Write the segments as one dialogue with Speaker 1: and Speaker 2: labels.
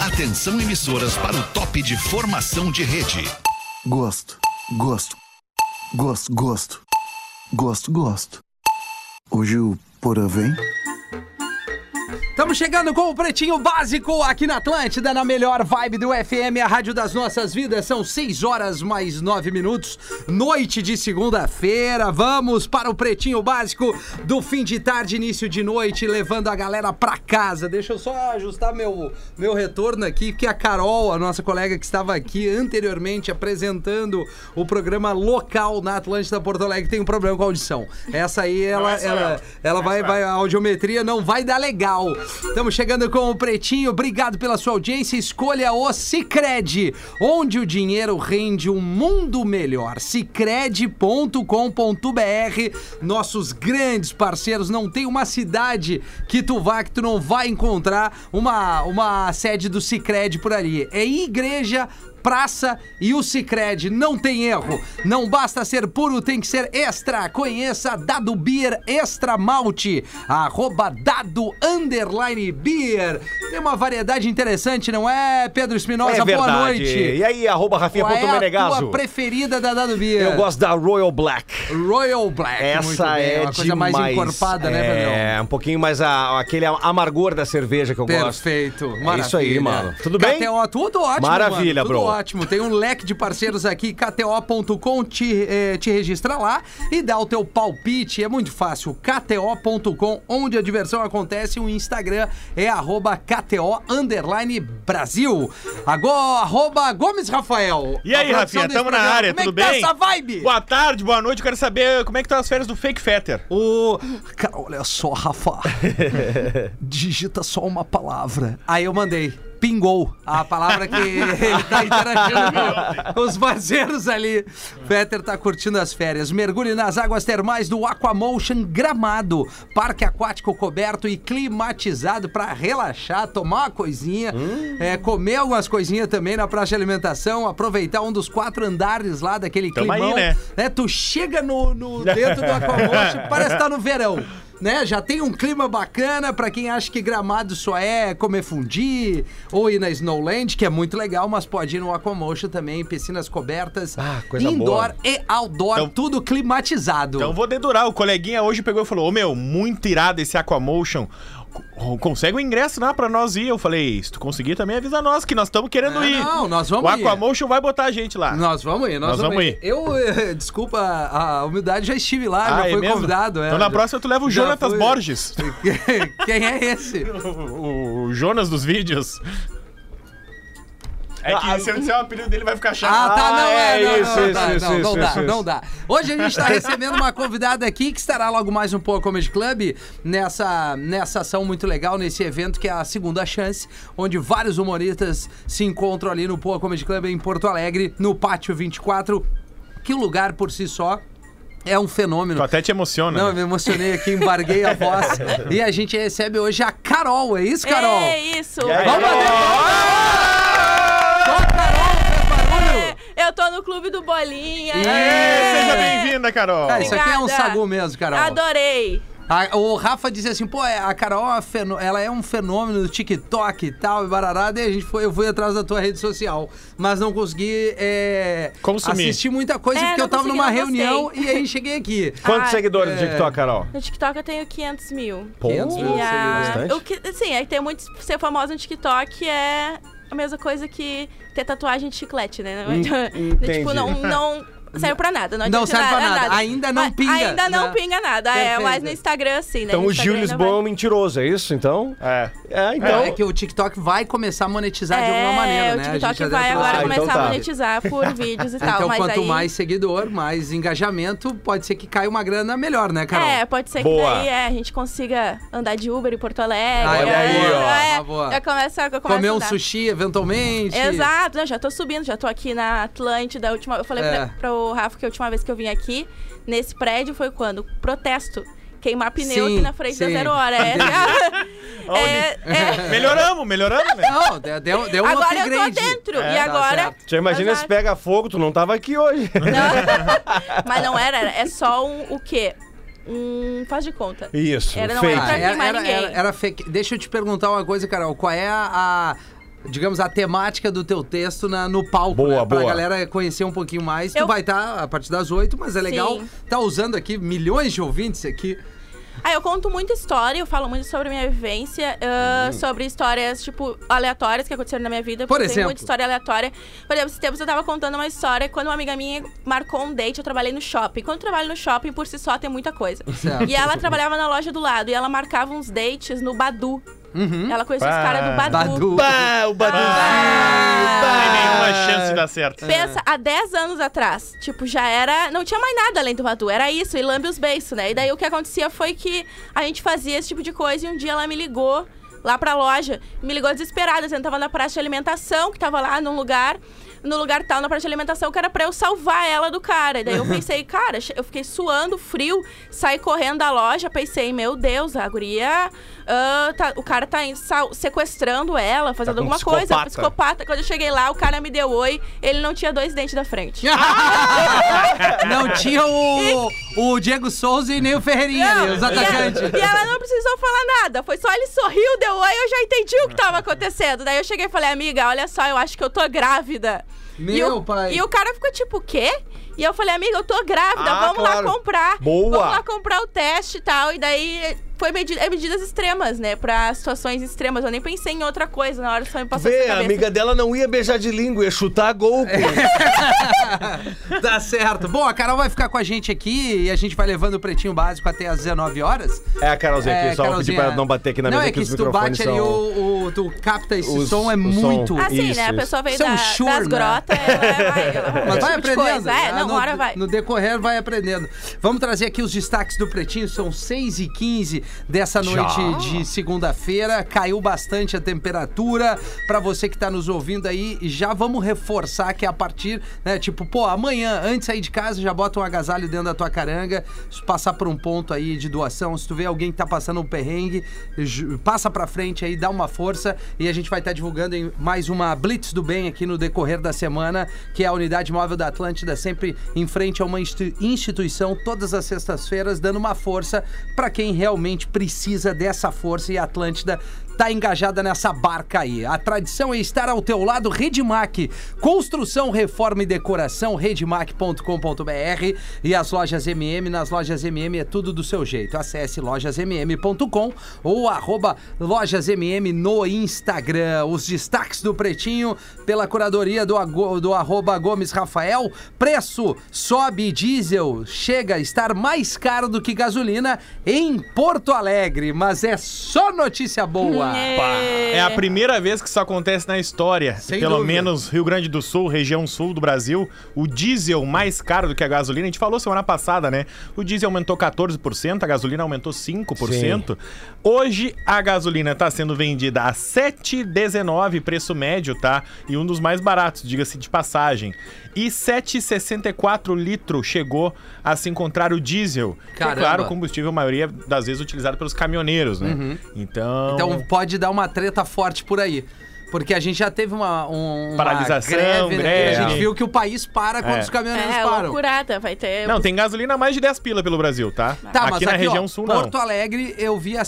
Speaker 1: Atenção emissoras para o top de formação de rede.
Speaker 2: Gosto, gosto, gosto, gosto, gosto, gosto. Hoje o Porã vem?
Speaker 3: Estamos chegando com o Pretinho Básico aqui na Atlântida, na melhor vibe do FM, a rádio das nossas vidas. São 6 horas mais 9 minutos, noite de segunda-feira. Vamos para o Pretinho Básico do fim de tarde, início de noite, levando a galera pra casa. Deixa eu só ajustar meu, meu retorno aqui, porque a Carol, a nossa colega que estava aqui anteriormente apresentando o programa local na Atlântida Porto Alegre, tem um problema com a audição. Essa aí, ela,
Speaker 4: essa
Speaker 3: ela,
Speaker 4: ela.
Speaker 3: ela vai,
Speaker 4: Essa
Speaker 3: vai, a audiometria não vai dar legal. Estamos chegando com o Pretinho. Obrigado pela sua audiência. Escolha o Cicred, onde o dinheiro rende um mundo melhor. Cicred.com.br. Nossos grandes parceiros. Não tem uma cidade que tu vá que tu não vai encontrar uma, uma sede do Cicred por ali. É igreja praça e o Cicred não tem erro. Não basta ser puro, tem que ser extra. Conheça Dado Beer Extra Malte, arroba Dado Underline Beer. Tem uma variedade interessante, não é, Pedro Espinosa? Boa
Speaker 4: É verdade.
Speaker 3: noite.
Speaker 4: E aí, arroba
Speaker 3: Qual é a
Speaker 4: Rafinha.menegaso.
Speaker 3: tua preferida da Dado Beer?
Speaker 4: Eu gosto da Royal Black.
Speaker 3: Royal Black, muito
Speaker 4: Essa
Speaker 3: bem.
Speaker 4: é
Speaker 3: uma coisa
Speaker 4: demais.
Speaker 3: mais encorpada, né, Pedrão?
Speaker 4: É, um pouquinho mais a- aquele amargor da cerveja que eu gosto.
Speaker 3: Perfeito.
Speaker 4: É isso
Speaker 3: Maravilha.
Speaker 4: aí, mano. Tudo bem?
Speaker 3: KTO, tudo ótimo.
Speaker 4: Maravilha,
Speaker 3: mano. Tudo ótimo.
Speaker 4: bro.
Speaker 3: Tem um leque de parceiros aqui, KTO.com, te, eh, te registra lá e dá o teu palpite. É muito fácil. KTO.com, onde a diversão acontece. O Instagram é arroba KTO underline Brasil. Agora, arroba Gomes Rafael.
Speaker 5: E aí,
Speaker 3: A produção
Speaker 5: Rafinha,
Speaker 3: desse
Speaker 5: tamo na
Speaker 3: programa.
Speaker 5: área,
Speaker 3: Como é
Speaker 5: tudo
Speaker 3: que tá
Speaker 5: bem?
Speaker 3: essa vibe?
Speaker 5: Boa tarde, boa noite, eu quero saber como é que estão as férias do Fake Fetter.
Speaker 3: O. Cara, olha só, Rafa. Digita só uma palavra. Aí eu mandei. Pingou. A palavra que ele tá interagindo com os parceiros ali. Peter tá curtindo as férias. Mergulhe nas águas termais do Aquamotion Gramado. Parque aquático coberto e climatizado pra relaxar, tomar uma coisinha,
Speaker 5: Hum.
Speaker 3: é, comer algumas coisinhas também na praça de alimentação, aproveitar um dos quatro andares lá daquele
Speaker 5: Tamo aí,
Speaker 3: climão.
Speaker 5: né?
Speaker 3: né? Tu chega no, no dentro do Aquamotion, parece estar no verão. Né? Já tem um clima bacana pra quem acha que gramado só é comer fundi ou ir na Snowland, que é muito legal, mas pode ir no Aquamotion também, piscinas cobertas,
Speaker 4: Ah, coisa
Speaker 3: indoor
Speaker 4: boa.
Speaker 3: e outdoor,
Speaker 5: Então-
Speaker 3: tudo climatizado.
Speaker 5: Então eu vou dedurar, o coleguinha hoje pegou e falou, ô meu, muito irado esse Aquamotion. Co- Consegue o ingresso lá pra nós ir? Eu falei, se tu conseguir também avisa nós que nós estamos querendo
Speaker 3: Não,
Speaker 5: ir.
Speaker 3: É, não, nós vamos
Speaker 5: O
Speaker 3: ir.
Speaker 5: Aquamotion vai botar a gente lá.
Speaker 3: Nós vamos ir, nós,
Speaker 5: Nós
Speaker 3: vamos,
Speaker 5: vamos
Speaker 3: ir.
Speaker 5: ir.
Speaker 3: Eu, eh, desculpa a a humildade, já estive lá, já
Speaker 5: é
Speaker 3: fui
Speaker 5: mesmo?
Speaker 3: convidado. é,
Speaker 5: Então na
Speaker 3: já-
Speaker 5: próxima tu leva o
Speaker 3: já
Speaker 5: Jonatas
Speaker 3: fui.
Speaker 5: Borges.
Speaker 3: Quem é esse?
Speaker 5: O, o Jonas dos vídeos. É que se eu disser o apelido dele vai ficar chato.
Speaker 3: Ah, tá, não,
Speaker 4: Ah,
Speaker 3: é,
Speaker 4: é
Speaker 3: não,
Speaker 4: isso,
Speaker 3: não,
Speaker 4: isso,
Speaker 3: dá,
Speaker 4: isso,
Speaker 3: não, não
Speaker 4: isso,
Speaker 3: dá,
Speaker 4: isso,
Speaker 3: não
Speaker 4: isso.
Speaker 3: dá. Hoje a gente tá recebendo uma convidada aqui que estará logo mais um pouco Comedy Club nessa, nessa ação muito legal, nesse evento que é a Segunda Chance, onde vários humoristas se encontram ali no Poa Comedy Club em Porto Alegre, no Pátio 24, que o lugar por si só é um fenômeno.
Speaker 5: Tu
Speaker 4: Tá
Speaker 5: até te emociona.
Speaker 3: Não, eu
Speaker 5: né?
Speaker 3: me emocionei aqui, embarguei a voz. e a gente recebe hoje a Carol, é isso, Carol?
Speaker 6: É isso.
Speaker 4: aí?
Speaker 3: Vamos
Speaker 4: Carol!
Speaker 3: bater palma! Só Carol, faz barulho!
Speaker 6: É, Eu tô no clube do Bolinha. É.
Speaker 3: Ê,
Speaker 5: Ê, Seja bem-vinda, Carol.
Speaker 3: Ah, isso aqui é um
Speaker 6: Obrigada.
Speaker 3: sagu mesmo, Carol.
Speaker 6: Adorei.
Speaker 3: A- o Rafa disse assim, pô, é- a Carol é uma fenô- ela é um fenômeno do TikTok e tal, e barará, daí a gente foi, eu fui atrás da tua rede social, mas não consegui é,
Speaker 5: Consumir.
Speaker 3: assistir muita coisa,
Speaker 6: É,
Speaker 3: porque eu
Speaker 6: não
Speaker 3: tava
Speaker 6: consegui,
Speaker 3: numa
Speaker 6: não
Speaker 3: reunião
Speaker 6: gostei.
Speaker 3: e aí cheguei aqui.
Speaker 5: Então-
Speaker 4: Quantos
Speaker 6: Ah,
Speaker 4: seguidores
Speaker 3: é.
Speaker 4: no TikTok, Carol?
Speaker 6: No TikTok eu tenho 500 mil.
Speaker 4: Pô,
Speaker 3: 500 mil
Speaker 6: E a...
Speaker 4: bastante.
Speaker 6: o que, sim, é que tem muito... Ser famosa no TikTok é a mesma coisa que ter tatuagem de chiclete, né? Não adianta- tipo,
Speaker 4: Hum, entendi.
Speaker 6: não... não... Serve pra nada, não
Speaker 3: Não
Speaker 6: adianta
Speaker 3: serve pra nada. Ainda não
Speaker 6: Mas
Speaker 3: pinga,
Speaker 6: Ainda não
Speaker 3: né?
Speaker 6: pinga nada, é,
Speaker 3: Perfeito.
Speaker 6: mas no Instagram sim, né?
Speaker 4: Então
Speaker 6: No
Speaker 4: o Gil
Speaker 6: Instagram ainda
Speaker 4: Lisboa é
Speaker 6: vai-
Speaker 4: um mentiroso, é isso? Então.
Speaker 5: É.
Speaker 4: É,
Speaker 3: Não,
Speaker 4: então.
Speaker 3: é que o TikTok vai começar a monetizar de alguma maneira, né?
Speaker 6: É, o
Speaker 3: A gente
Speaker 6: TikTok
Speaker 3: já
Speaker 6: vai
Speaker 3: deve
Speaker 6: agora
Speaker 3: falar.
Speaker 4: Ah, então
Speaker 6: começar
Speaker 4: tá.
Speaker 6: a monetizar por vídeos e tal.
Speaker 3: Então,
Speaker 6: mas
Speaker 3: quanto
Speaker 6: aí...
Speaker 3: mais seguidor, mais engajamento, pode ser que caia uma grana melhor, né, Carol?
Speaker 6: É, pode ser
Speaker 4: Boa.
Speaker 6: que daí é, a gente consiga andar de Uber em Porto Alegre.
Speaker 3: Ah,
Speaker 4: é uma
Speaker 6: é,
Speaker 4: boa,
Speaker 6: é,
Speaker 3: uma boa.
Speaker 6: Já começa, eu começo
Speaker 3: Comer
Speaker 6: a
Speaker 3: um
Speaker 6: andar.
Speaker 3: sushi, eventualmente.
Speaker 6: Exato, né, já tô subindo, já tô aqui na Atlântida. a Última, eu falei
Speaker 3: É.
Speaker 6: pra, pro Rafa que a última vez que eu vim aqui nesse prédio foi quando? Protesto. Queimar pneu
Speaker 3: Sim,
Speaker 6: aqui na frente da
Speaker 3: sim.
Speaker 6: Zero Hora. É, é, é.
Speaker 5: Melhoramos, melhoramos, né?
Speaker 3: Não, deu, deu deu um
Speaker 6: Agora eu
Speaker 3: upgrade.
Speaker 6: tô dentro.
Speaker 3: É,
Speaker 6: e
Speaker 3: tá
Speaker 6: agora.
Speaker 3: certo.
Speaker 4: Já imagina
Speaker 6: Exato.
Speaker 4: se pega fogo, tu não tava aqui hoje.
Speaker 6: Não. Mas não era, era- é só um o quê? Um faz de conta.
Speaker 4: Isso,
Speaker 6: Era, não
Speaker 4: fake.
Speaker 6: era pra
Speaker 3: Ah, era,
Speaker 6: queimar
Speaker 3: era-
Speaker 6: ninguém.
Speaker 3: era- era fake. Deixa eu te perguntar uma coisa, Carol. Qual é a. a- digamos, a temática do teu texto na- no palco,
Speaker 5: Boa,
Speaker 3: né? Pra
Speaker 5: boa.
Speaker 3: galera conhecer um pouquinho mais. Tu
Speaker 6: Eu-
Speaker 3: vai estar a partir das 8, mas é legal.
Speaker 6: Sim.
Speaker 3: Tá usando aqui milhões de ouvintes aqui.
Speaker 6: Ah, eu conto muita história, eu falo muito sobre a minha vivência, ah, sobre histórias, tipo, aleatórias que aconteceram na minha vida.
Speaker 3: Uhum. Por
Speaker 6: porque eu
Speaker 3: exemplo?
Speaker 6: Tenho muita história aleatória. Por exemplo, esses tempos eu tava contando uma história quando uma amiga minha marcou um date, eu trabalhei no shopping. Quando eu trabalho no shopping, por si só tem muita coisa.
Speaker 3: Certo.
Speaker 6: E ela trabalhava na loja do lado e ela marcava uns dates no Badu. Ela conheceu os caras do Badu.
Speaker 3: Uhum. Badu.
Speaker 4: Bah, o Badu.
Speaker 5: Tem nenhuma
Speaker 4: Bah.
Speaker 5: chance de dar certo.
Speaker 6: Pensa, há 10 anos atrás, tipo, já era. Não tinha mais nada além do Badu, era isso, e lambe os beiços, né? E daí o que acontecia foi que a gente fazia esse tipo de coisa e um dia ela me ligou lá pra loja, me ligou desesperada, dizendo que tava na praça de alimentação, que tava lá num lugar, no lugar tal, na praça de alimentação, que era pra eu salvar ela do cara. E daí eu pensei, cara, che- eu fiquei suando, frio, saí correndo da loja, pensei, meu Deus, a guria. ah, tá- o cara tá em- sa- sequestrando ela, fazendo
Speaker 5: com um
Speaker 6: alguma coisa,
Speaker 5: psicopata.
Speaker 6: psicopata pata. Quando eu cheguei lá, o cara me deu oi, ele não tinha dois dentes da frente.
Speaker 3: Não tinha o, o Diego Souza e nem o Ferreirinha
Speaker 6: Não,
Speaker 3: ali, os
Speaker 6: e,
Speaker 3: atacantes.
Speaker 6: ela, e ela não precisou falar nada. Foi só ele sorriu, deu oi, eu já entendi o que tava acontecendo. Daí eu cheguei e falei, amiga, olha só, eu acho que eu tô grávida. e
Speaker 3: Meu
Speaker 6: o,
Speaker 3: pai.
Speaker 6: E o cara ficou tipo, o quê? E eu falei, amiga, eu tô grávida,
Speaker 4: Ah,
Speaker 6: vamos
Speaker 4: claro.
Speaker 6: lá comprar.
Speaker 4: Boa.
Speaker 6: Vamos lá comprar o teste e tal. E daí foi medi- é medidas extremas, né? Pra situações extremas. Eu nem pensei em outra coisa na hora, só me passou
Speaker 4: Vê,
Speaker 6: essa
Speaker 4: a
Speaker 6: cabeça.
Speaker 4: amiga dela não ia beijar de língua, ia chutar gol. pô.
Speaker 3: É. Tá certo. Bom, a Carol vai ficar com a gente aqui e a gente vai levando o pretinho básico até às 19 horas.
Speaker 4: É a Carolzinha aqui, só vou pedir
Speaker 3: Carolzinha,
Speaker 4: pra ela não bater aqui na
Speaker 3: não,
Speaker 4: mesa
Speaker 3: é
Speaker 4: que
Speaker 3: que
Speaker 4: os
Speaker 3: se tu bate
Speaker 4: microfones
Speaker 3: ali,
Speaker 4: são...
Speaker 3: o, o- tu capta esse
Speaker 4: Os-
Speaker 3: som, é
Speaker 4: o som.
Speaker 3: muito.
Speaker 6: Ah, sim,
Speaker 4: Isso,
Speaker 6: né? A
Speaker 4: isso.
Speaker 6: pessoa veio
Speaker 3: Isso é um
Speaker 6: da,
Speaker 3: churro,
Speaker 6: das
Speaker 3: né?
Speaker 6: grotas, ela vai. ela vai
Speaker 3: Mas vai
Speaker 6: fazer um tipo de
Speaker 3: aprendendo.
Speaker 6: coisa. É,
Speaker 3: Ah,
Speaker 6: não,
Speaker 3: no,
Speaker 6: hora vai.
Speaker 3: No decorrer vai aprendendo. Vamos trazer aqui os destaques do Pretinho. São 6 e 15 dessa noite de segunda-feira. Caiu bastante a temperatura. Pra você que tá nos ouvindo aí, já vamos reforçar que a partir, né? Tipo, pô, amanhã, antes de sair de casa, já bota um agasalho dentro da tua caranga. Se passar por um ponto aí de doação, se tu vê alguém que tá passando um perrengue, ju- passa pra frente aí, dá uma força. E a gente vai estar divulgando em mais uma Blitz do Bem aqui no decorrer da semana, que é a unidade móvel da Atlântida, sempre em frente a uma insti- instituição, todas as sextas-feiras, dando uma força para quem realmente precisa dessa força e a Atlântida tá engajada nessa barca aí. A tradição é estar ao teu lado, Redmac. Construção, reforma e decoração, redmac.com.br e as lojas MM, nas lojas MM é tudo do seu jeito. Acesse lojasmm.com ou arroba lojasmm no Instagram. Os destaques do Pretinho pela curadoria do, ago- do arroba Gomes Rafael. Preço sobe diesel, chega a estar mais caro do que gasolina em Porto Alegre, mas é só notícia boa.
Speaker 5: É a primeira vez que isso acontece na história.
Speaker 3: Sem
Speaker 5: Pelo
Speaker 3: dúvida.
Speaker 5: menos Rio Grande do Sul, região sul do Brasil, o diesel mais caro do que a gasolina. A gente falou semana passada, né? O diesel aumentou 14%, a gasolina aumentou 5%. Hoje a gasolina está sendo vendida a 7,19 preço médio, tá? E um dos mais baratos, diga-se de passagem. E 7,64 litro chegou a se encontrar o diesel. Que é
Speaker 3: Caramba. Uhum.
Speaker 5: claro, o combustível a maioria das vezes utilizado pelos caminhoneiros, né? Então,
Speaker 3: Então pode dar uma treta forte por aí. Porque a gente já teve uma. um- uma
Speaker 5: Paralisação,
Speaker 3: greve, né?
Speaker 5: greve.
Speaker 3: E A gente viu que o país para quando
Speaker 5: É.
Speaker 3: os caminhoneiros
Speaker 6: É,
Speaker 3: param.
Speaker 6: loucurada, vai ter. um
Speaker 5: Não, tem gasolina a mais de 10 pila pelo Brasil, tá?
Speaker 3: Tá,
Speaker 5: aqui
Speaker 3: mas
Speaker 5: na
Speaker 3: aqui,
Speaker 5: região
Speaker 3: ó,
Speaker 5: sul, não.
Speaker 3: Porto Alegre eu via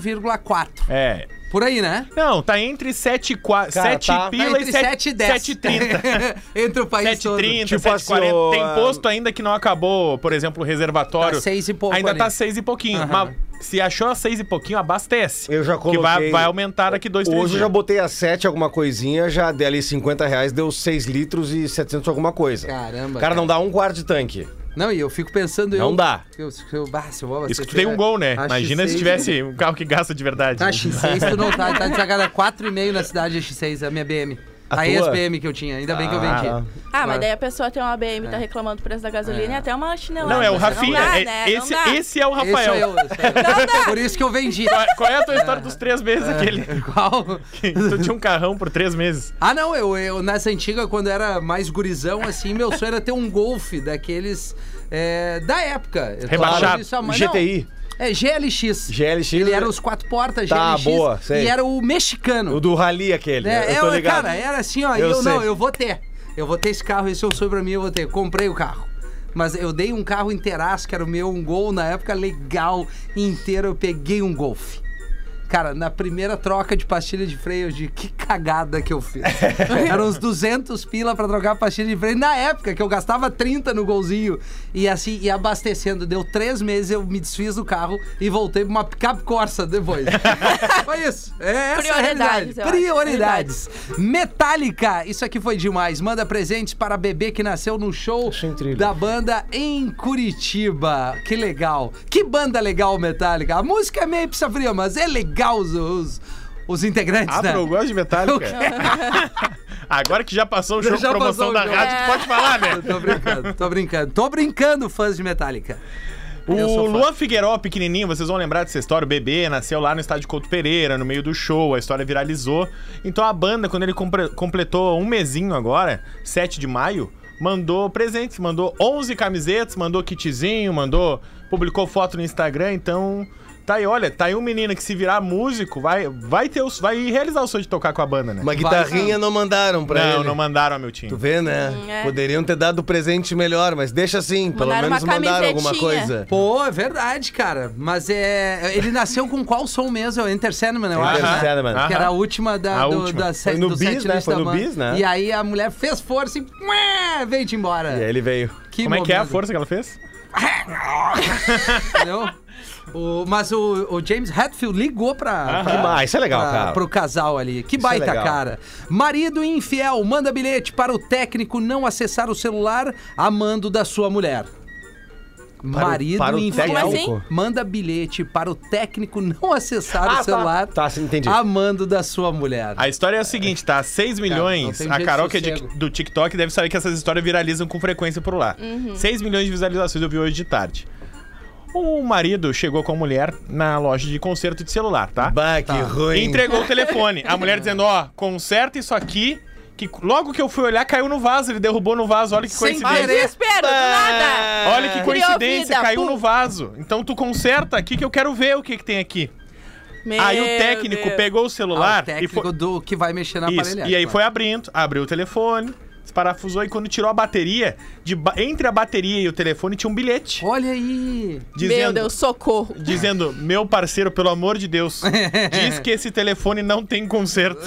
Speaker 3: 7,4.
Speaker 5: É.
Speaker 3: Por aí, né?
Speaker 5: Não, tá entre 7,
Speaker 4: Cara,
Speaker 5: 7
Speaker 4: tá-
Speaker 5: pila
Speaker 3: Tá
Speaker 5: e
Speaker 3: entre
Speaker 5: 7
Speaker 3: e É 10.
Speaker 5: 7,30.
Speaker 3: Entre o país todo.
Speaker 5: 7,30,
Speaker 4: Tipo
Speaker 5: 7,40.
Speaker 4: assim, o-
Speaker 5: Tem posto ainda que não acabou, por exemplo, o reservatório.
Speaker 3: Tá seis e pouco
Speaker 5: Ainda
Speaker 3: ali.
Speaker 5: tá 6 e pouquinho.
Speaker 3: Aham.
Speaker 5: Mas se achou a 6 e pouquinho, abastece.
Speaker 4: Eu já
Speaker 5: Que vai,
Speaker 4: coloquei-
Speaker 5: vai aumentar daqui 2, 3
Speaker 4: Hoje eu já botei a 7 alguma coisinha, já dei ali 50 reais, deu 6 litros e 700 alguma coisa.
Speaker 3: Caramba,
Speaker 4: Cara, não dá um quarto de tanque.
Speaker 3: Não, e eu fico pensando.
Speaker 4: Não
Speaker 3: eu,
Speaker 4: dá.
Speaker 3: Eu, se eu, ah, se eu vou
Speaker 5: Isso que tu
Speaker 3: acertar-
Speaker 5: tem um gol, né?
Speaker 3: a
Speaker 5: Imagina se
Speaker 3: X6
Speaker 5: tivesse um carro que gasta de verdade.
Speaker 3: A X6 tu não tá, tá de sacanagem. 4,5 na cidade a X6, a minha BM.
Speaker 4: A
Speaker 3: A,
Speaker 4: tua?
Speaker 3: ex-BM que eu tinha, ainda bem que eu vendi.
Speaker 4: Ah.
Speaker 6: Ah, mas daí a pessoa tem uma BM,
Speaker 3: É.
Speaker 6: tá reclamando do preço da gasolina e até uma chinelada.
Speaker 5: Não, é o
Speaker 6: Mas
Speaker 5: Rafinha.
Speaker 6: dá,
Speaker 5: é-
Speaker 6: né? Não
Speaker 5: esse,
Speaker 6: dá.
Speaker 5: esse é o
Speaker 3: Esse sou
Speaker 5: Rafael.
Speaker 3: eu, esse sou eu. Por isso que eu vendi. tá?
Speaker 5: Qual, qual é a tua história dos três meses
Speaker 3: É.
Speaker 5: aquele?
Speaker 3: Qual?
Speaker 5: tu tinha um carrão por três meses.
Speaker 3: Ah, não, eu, eu nessa antiga, quando era mais gurizão, assim, meu sonho era ter um golfe daqueles é, da época. Eu tô
Speaker 5: Rebaixado.
Speaker 3: falando isso há mais- não,
Speaker 4: GTI.
Speaker 3: é, GLX.
Speaker 4: GLX.
Speaker 3: Ele era os quatro portas,
Speaker 4: é- Tá,
Speaker 3: GLX.
Speaker 4: boa, sei.
Speaker 3: e era o mexicano.
Speaker 4: O do Rally aquele.
Speaker 3: É,
Speaker 4: eu tô
Speaker 3: eu-
Speaker 4: ligado.
Speaker 3: cara, era assim, ó. e Eu,
Speaker 4: Eu
Speaker 3: não,
Speaker 4: sei.
Speaker 3: eu vou ter. Eu vou ter esse carro, esse é o sonho pra mim, eu vou ter. Comprei o carro. Mas eu dei um carro inteiraço, que era o meu, um gol na época legal inteiro. Eu peguei um golfe. Cara, na primeira troca de pastilha de freio, eu digo, que cagada que eu fiz. Eram uns 200 pila pra trocar a pastilha de freio. Na época que eu gastava 30 no golzinho e assim, e abastecendo. Deu três meses, eu me desfiz do carro e voltei pra uma picape Corsa depois. Foi isso. É essa a realidade.
Speaker 6: Prioridades, eu acho.
Speaker 3: Prioridades. Metallica, isso aqui foi demais. Manda presentes para a bebê que nasceu no show
Speaker 4: Achei incrível.
Speaker 3: da banda em Curitiba. Que legal. Que banda legal, Metallica. A música é meio pizza fria, mas é legal os, os, os integrantes,
Speaker 5: Ah,
Speaker 3: né?
Speaker 5: porque eu gosto de
Speaker 3: O quê?
Speaker 5: Metallica. Agora que já passou o jogo de
Speaker 3: Já passou o
Speaker 5: promoção da
Speaker 3: jogo.
Speaker 5: rádio, tu pode falar, né?
Speaker 3: Tô brincando, tô brincando. Tô brincando, fãs de Metallica. Eu
Speaker 5: O
Speaker 3: sou fã.
Speaker 5: Luan Figueiró, pequenininho, vocês vão lembrar dessa história. O bebê nasceu lá no estádio Couto Pereira, no meio do show, a história viralizou. Então a banda, quando ele compre- completou um mesinho agora, 7 de maio, mandou presentes, mandou 11 camisetas, mandou kitzinho, mandou... Publicou foto no Instagram, então... Tá aí, olha, tá aí um menino que se virar músico, vai, vai ter os, vai realizar o sonho de tocar com a banda, né?
Speaker 4: Uma guitarrinha não mandaram pra
Speaker 5: não,
Speaker 4: ele.
Speaker 5: não mandaram, meu time.
Speaker 4: Tu vê, né?
Speaker 3: Hum,
Speaker 6: é.
Speaker 4: Poderiam ter dado presente melhor, mas deixa assim. Pelo
Speaker 6: Mandaram
Speaker 4: menos
Speaker 6: uma
Speaker 4: mandaram alguma
Speaker 6: camisetinha.
Speaker 4: coisa.
Speaker 3: Pô, é verdade, cara. Mas é. Ele nasceu com qual som mesmo? É o Enter Sandman, eu acho. né?
Speaker 4: Enter Sandman.
Speaker 3: Que era a última da,
Speaker 5: A
Speaker 3: do,
Speaker 5: última.
Speaker 3: da
Speaker 4: Foi
Speaker 3: série
Speaker 4: no
Speaker 3: do
Speaker 4: Bis,
Speaker 3: set
Speaker 4: né?
Speaker 3: list
Speaker 4: Foi
Speaker 3: da
Speaker 4: no
Speaker 3: banda.
Speaker 4: Bis, né?
Speaker 3: E aí a mulher fez força e ué, veio-te embora.
Speaker 4: E aí ele veio.
Speaker 5: Como é que é a
Speaker 3: momento,
Speaker 5: força que ela fez?
Speaker 3: entendeu? O- mas o, o James Hetfield ligou pra,
Speaker 4: Que mais? Isso é legal,
Speaker 3: pra-
Speaker 4: cara.
Speaker 3: pro casal ali. Que
Speaker 4: Isso é
Speaker 3: baita
Speaker 4: legal.
Speaker 3: cara. Marido infiel manda bilhete para o técnico não acessar o celular amando da sua mulher. Marido
Speaker 4: para o
Speaker 3: infiel
Speaker 4: técnico? assim?
Speaker 3: manda bilhete para o técnico não acessar
Speaker 4: Ah,
Speaker 3: o celular
Speaker 4: Tá, tá sim, entendi.
Speaker 3: amando da sua mulher.
Speaker 5: A história é a seguinte, tá? 6
Speaker 3: não
Speaker 5: milhões.
Speaker 3: tem
Speaker 5: a
Speaker 3: jeito
Speaker 5: Carol,
Speaker 3: de
Speaker 5: que é de-
Speaker 3: sossego.
Speaker 5: do TikTok, deve saber que essas histórias viralizam com frequência por lá. 6 milhões de visualizações eu vi hoje de tarde. O marido chegou com a mulher na loja de conserto de celular, tá?
Speaker 4: Bah, que ruim.
Speaker 5: E entregou o telefone. A mulher dizendo: ó, conserta isso aqui. Que logo que eu fui olhar, caiu no vaso. Ele derrubou no vaso. Olha que
Speaker 3: Sem
Speaker 5: coincidência.
Speaker 3: querer.
Speaker 6: Desespero, do nada.
Speaker 5: Olha que
Speaker 6: Criou
Speaker 5: coincidência,
Speaker 6: vida,
Speaker 5: caiu
Speaker 6: pum.
Speaker 5: no vaso. Então tu conserta aqui que eu quero ver o que, que tem aqui.
Speaker 6: Meu
Speaker 5: Aí o técnico
Speaker 6: Deus.
Speaker 5: pegou o celular
Speaker 3: Ah, o técnico
Speaker 5: e foi.
Speaker 3: do que vai mexer na
Speaker 5: Isso.
Speaker 3: aparelhagem.
Speaker 5: E aí
Speaker 3: claro.
Speaker 5: foi abrindo, abriu o telefone, desparafusou e quando tirou a bateria, de ba- entre a bateria e o telefone tinha um bilhete
Speaker 3: Olha aí.
Speaker 5: dizendo
Speaker 6: Meu Deus, socorro.
Speaker 5: dizendo: "Meu parceiro, pelo amor de Deus, diz que esse telefone não tem conserto.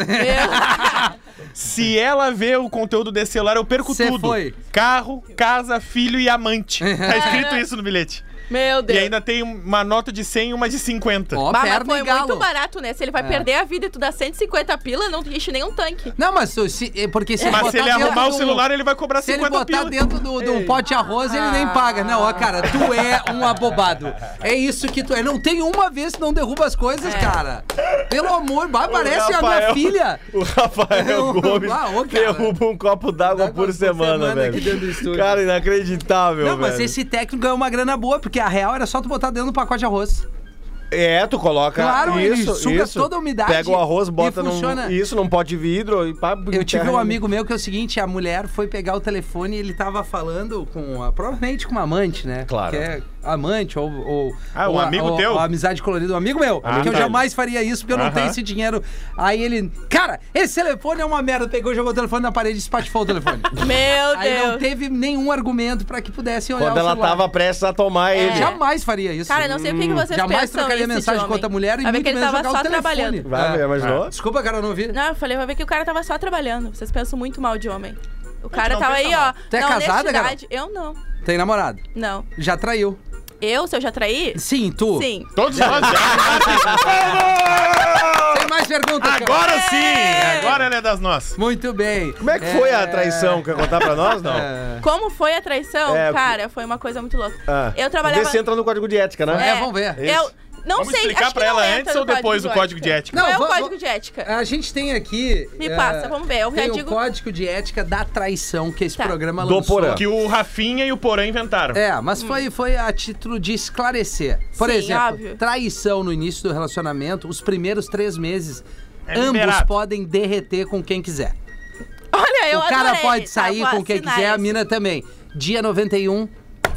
Speaker 5: Se ela vê o conteúdo desse celular, eu perco
Speaker 3: Cê
Speaker 5: tudo.
Speaker 3: foi.
Speaker 5: Carro, casa, filho e amante. Tá escrito isso no bilhete.
Speaker 6: Meu
Speaker 5: E
Speaker 6: Deus.
Speaker 5: ainda tem uma nota de 100 e uma de 50.
Speaker 3: Ó,
Speaker 6: Bah, mas
Speaker 3: perna
Speaker 6: foi
Speaker 3: e galo. É.
Speaker 6: muito barato, né? Se ele vai perder a vida e tu dá 150 pila, não enche nem um tanque.
Speaker 3: Não, mas se, é porque se
Speaker 5: Mas se ele
Speaker 3: dentro
Speaker 5: arrumar o
Speaker 3: do-
Speaker 5: celular, ele vai
Speaker 4: Tá
Speaker 5: cobrar
Speaker 3: Se ele
Speaker 5: 50
Speaker 3: botar
Speaker 5: pila.
Speaker 3: dentro do, do pote de arroz, ele nem paga. Não, ó, cara, tu é um abobado. É isso que tu é. Não tem uma vez que não derruba as coisas, cara. Pelo amor, bah, parece a minha
Speaker 4: Rafael-
Speaker 3: filha.
Speaker 4: O Rafael
Speaker 3: Eu-
Speaker 4: Gomes
Speaker 3: Ah, ô, cara.
Speaker 4: derruba um copo d'água
Speaker 3: D'água
Speaker 4: por,
Speaker 3: por
Speaker 4: semana,
Speaker 3: semana aqui dentro do
Speaker 4: velho.
Speaker 3: estúdio.
Speaker 4: Cara, inacreditável,
Speaker 3: Não, mas
Speaker 4: velho.
Speaker 3: esse técnico ganhou uma grana boa, porque a real era só tu botar dentro do pacote de arroz.
Speaker 4: É, tu coloca
Speaker 3: Claro, ele
Speaker 4: isso,
Speaker 3: suga
Speaker 4: isso.
Speaker 3: toda a umidade
Speaker 4: Pega o arroz,
Speaker 3: e
Speaker 4: bota num...
Speaker 3: funciona.
Speaker 4: Isso, num pote de vidro e pá,
Speaker 3: Eu tive
Speaker 4: enterra
Speaker 3: um
Speaker 4: ali.
Speaker 3: amigo meu que é o seguinte, a mulher foi pegar o telefone e ele tava falando com, a- provavelmente com uma amante, né?
Speaker 4: Claro.
Speaker 3: Que é amante ou... ou
Speaker 5: Ah, um
Speaker 3: ou a-
Speaker 5: amigo
Speaker 3: ou-
Speaker 5: teu?
Speaker 3: ou amizade colorida, um amigo meu.
Speaker 5: Ah,
Speaker 3: que eu
Speaker 5: tá.
Speaker 3: jamais faria isso porque eu não
Speaker 5: Aham.
Speaker 3: tenho esse dinheiro. Aí ele, cara, esse telefone é uma merda. Pegou, jogou o telefone na parede e espatifou o telefone.
Speaker 6: Meu
Speaker 3: Aí não
Speaker 6: Deus.
Speaker 3: teve nenhum argumento pra que pudessem olhar
Speaker 4: Quando
Speaker 3: o
Speaker 4: ela
Speaker 3: celular. É.
Speaker 4: tava prestes a tomar ele.
Speaker 3: Jamais faria isso.
Speaker 6: É. Cara, não sei o que, que vocês
Speaker 3: Hum, Jamais
Speaker 6: pensam
Speaker 3: trocaria
Speaker 6: nesse
Speaker 3: mensagem
Speaker 6: homem.
Speaker 3: com outra mulher e
Speaker 6: Vai ver
Speaker 3: muito
Speaker 6: que ele
Speaker 3: menos
Speaker 6: tava
Speaker 3: jogar
Speaker 6: só
Speaker 3: o telefone.
Speaker 6: trabalhando.
Speaker 4: Vai,
Speaker 3: É.
Speaker 4: imaginou?
Speaker 3: Desculpa, cara, eu não ouvi.
Speaker 6: Não, eu falei, vai ver que o cara tava só trabalhando. Vocês pensam muito mal de homem. O cara
Speaker 5: não
Speaker 6: tava
Speaker 5: pensa
Speaker 6: aí, ó.
Speaker 3: Tu é
Speaker 6: na
Speaker 3: casada, Carol?
Speaker 6: honestidade. Eu não.
Speaker 3: Tem namorado.
Speaker 6: Não.
Speaker 3: Já traiu.
Speaker 6: Eu, se eu já traí?
Speaker 3: Sim, tu.
Speaker 6: Sim.
Speaker 5: Todos nós.
Speaker 3: Tem mais perguntas, cara?
Speaker 5: Agora sim! Agora ela é das nossas.
Speaker 3: Muito bem.
Speaker 4: Como é que foi a traição? Quer contar pra nós, não?
Speaker 3: É.
Speaker 6: Como foi a traição?
Speaker 4: É,
Speaker 6: cara, foi uma coisa muito louca.
Speaker 4: Ah,
Speaker 6: Eu trabalhava...
Speaker 4: Vê se entra no código de ética, né?
Speaker 3: É, vamos ver.
Speaker 6: Eu não
Speaker 5: Vamos
Speaker 6: sei,
Speaker 5: explicar
Speaker 6: acho que
Speaker 5: pra
Speaker 6: não
Speaker 5: ela
Speaker 6: entra
Speaker 5: antes
Speaker 6: no
Speaker 5: ou depois o código de ética?
Speaker 3: Não,
Speaker 6: Qual é o
Speaker 3: vamos-
Speaker 6: código de ética?
Speaker 3: A gente tem aqui.
Speaker 6: Me
Speaker 3: eh,
Speaker 6: passa, vamos ver, eu já
Speaker 3: tem
Speaker 6: digo-
Speaker 3: o código de ética da traição que esse
Speaker 6: Tá.
Speaker 3: programa
Speaker 4: Do
Speaker 3: lançou.
Speaker 4: Porã.
Speaker 5: Que o Rafinha e o Porã inventaram.
Speaker 3: É, mas foi, foi a título de esclarecer. Por
Speaker 6: Sim,
Speaker 3: exemplo,
Speaker 6: óbvio.
Speaker 3: traição no início do relacionamento, os primeiros três meses,
Speaker 5: É
Speaker 3: ambos
Speaker 5: liberado.
Speaker 3: podem derreter com quem quiser.
Speaker 6: Olha, eu
Speaker 3: o cara
Speaker 6: adorei.
Speaker 3: pode
Speaker 6: Tá,
Speaker 3: sair
Speaker 6: vou
Speaker 3: com quem
Speaker 6: assinar
Speaker 3: quiser, a
Speaker 6: esse.
Speaker 3: mina também. Dia 91,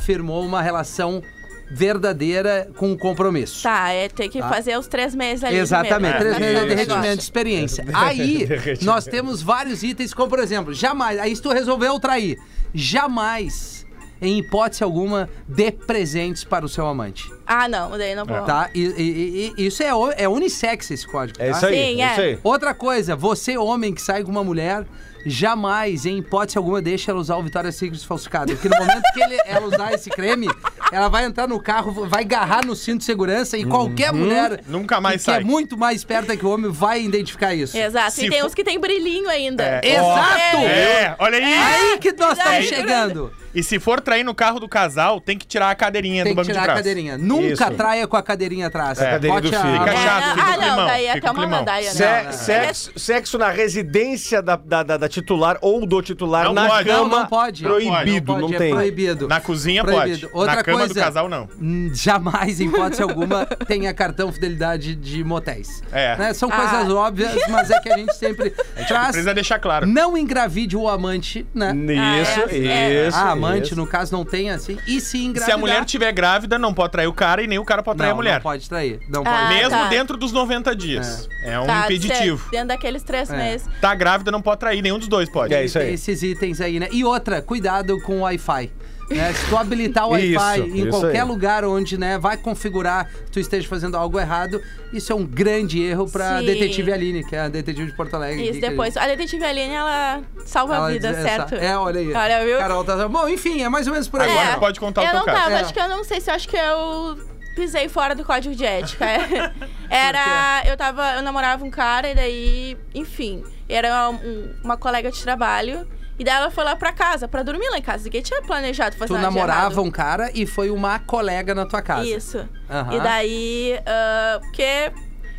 Speaker 3: firmou uma relação verdadeira com um compromisso.
Speaker 6: Tá, é ter que fazer os três meses ali
Speaker 3: Exatamente,
Speaker 6: primeiro.
Speaker 3: três meses de
Speaker 6: Tá, tá, tá.
Speaker 3: derretimento de experiência. Aí, nós temos vários itens, como por exemplo, jamais. Aí, se tu resolveu trair, jamais em hipótese alguma, dê presentes para o seu amante.
Speaker 6: Ah, não, daí não
Speaker 5: É.
Speaker 6: vou.
Speaker 3: Tá? E, e- e- e isso é, o- é unissex esse código.
Speaker 4: É
Speaker 3: tá?
Speaker 4: isso aí,
Speaker 6: Sim,
Speaker 4: é
Speaker 6: é.
Speaker 4: isso aí.
Speaker 3: Outra coisa, você, homem que sai com uma mulher, jamais, em hipótese alguma, deixa ela usar o Vitória Secret falsificado. Porque no momento que ele- ela usar esse creme, ela vai entrar no carro, vai agarrar no cinto de segurança e qualquer mulher.
Speaker 5: Nunca mais
Speaker 3: que
Speaker 5: sai.
Speaker 3: é muito mais esperta que o homem vai identificar isso.
Speaker 6: Exato.
Speaker 5: Se
Speaker 6: e tem
Speaker 5: for-
Speaker 6: uns que tem brilhinho ainda.
Speaker 5: É.
Speaker 3: Exato!
Speaker 5: É, olha aí.
Speaker 3: Aí que nós
Speaker 6: Daí-
Speaker 3: estamos chegando.
Speaker 5: E se for trair no carro do casal, tem que tirar a cadeirinha
Speaker 3: Tem
Speaker 5: do
Speaker 3: que
Speaker 5: banco de
Speaker 3: tirar a
Speaker 5: trás.
Speaker 3: cadeirinha. Nunca
Speaker 4: Isso.
Speaker 3: traia com a cadeirinha atrás.
Speaker 5: É, a
Speaker 4: cadeirinha do filho.
Speaker 5: Fica
Speaker 6: É,
Speaker 5: chato, fica
Speaker 6: ah,
Speaker 5: um
Speaker 6: não,
Speaker 5: climão,
Speaker 6: daí é
Speaker 5: fica um
Speaker 6: calma,
Speaker 5: climão.
Speaker 6: Nadaia.
Speaker 4: Se-
Speaker 6: não, não.
Speaker 5: é
Speaker 4: sexo, sexo na residência da, da, da- da titular ou do titular
Speaker 5: Não
Speaker 4: na
Speaker 5: pode.
Speaker 3: Não,
Speaker 4: cama.
Speaker 3: não pode.
Speaker 4: Proibido, não,
Speaker 3: pode, é
Speaker 4: tem.
Speaker 3: proibido.
Speaker 5: Na cozinha
Speaker 3: Proibido.
Speaker 5: pode.
Speaker 3: Outra
Speaker 5: na cama
Speaker 3: coisa,
Speaker 5: do casal, não.
Speaker 3: hum, Jamais, em hipótese alguma, tenha cartão fidelidade de motéis.
Speaker 5: É.
Speaker 3: Né? São
Speaker 6: Ah.
Speaker 3: coisas óbvias, mas é que a gente sempre traz.
Speaker 5: Precisa deixar claro.
Speaker 3: Não engravide o amante, né?
Speaker 4: Isso,
Speaker 6: Ah, é,
Speaker 4: isso.
Speaker 3: a amante,
Speaker 4: isso.
Speaker 3: no caso, não tem assim. E se engravidar...
Speaker 5: Se a mulher tiver grávida, não pode trair o cara e nem o cara pode trair
Speaker 3: não,
Speaker 5: a mulher.
Speaker 3: Não pode trair. Não
Speaker 6: Ah,
Speaker 3: pode.
Speaker 5: Mesmo
Speaker 6: tá.
Speaker 5: dentro dos 90 dias. É, um
Speaker 6: Tá,
Speaker 5: impeditivo.
Speaker 6: certo, Dentro daqueles três
Speaker 3: É.
Speaker 6: meses.
Speaker 5: Tá grávida, não pode trair, nenhum dos dois pode.
Speaker 4: É isso aí.
Speaker 3: Esses itens aí, né? E outra, cuidado com o Wi-Fi. né? Se tu habilitar o Wi-Fi
Speaker 4: Isso,
Speaker 3: em
Speaker 4: isso
Speaker 3: qualquer
Speaker 4: aí.
Speaker 3: lugar onde né, vai configurar que tu esteja fazendo algo errado, isso é um grande erro pra
Speaker 6: Sim.
Speaker 3: detetive Aline, que é a detetive de Porto Alegre.
Speaker 6: Isso,
Speaker 3: que-
Speaker 6: depois. A detetive Aline, ela salva
Speaker 3: Ela
Speaker 6: a vida,
Speaker 3: diz-
Speaker 6: certo?
Speaker 3: É, olha aí.
Speaker 6: Olha, viu?
Speaker 3: Carol tá... Bom, enfim, é mais ou menos por aí.
Speaker 5: Agora
Speaker 6: É.
Speaker 5: tu pode contar o
Speaker 6: eu
Speaker 5: teu
Speaker 6: não
Speaker 5: caso.
Speaker 6: tava,
Speaker 3: É.
Speaker 6: acho que eu não sei se eu acho que eu pisei fora do código de ética. É, Era. Eu tava. Eu namorava um cara e daí, enfim, era um- uma colega de trabalho. E daí ela foi lá pra casa, pra dormir lá em casa. Ninguém tinha planejado fazer
Speaker 3: Tu
Speaker 6: nada de
Speaker 3: namorava
Speaker 6: errado.
Speaker 3: um cara e foi uma colega na tua casa.
Speaker 6: Isso.
Speaker 3: Aham.
Speaker 6: E daí. ah, porque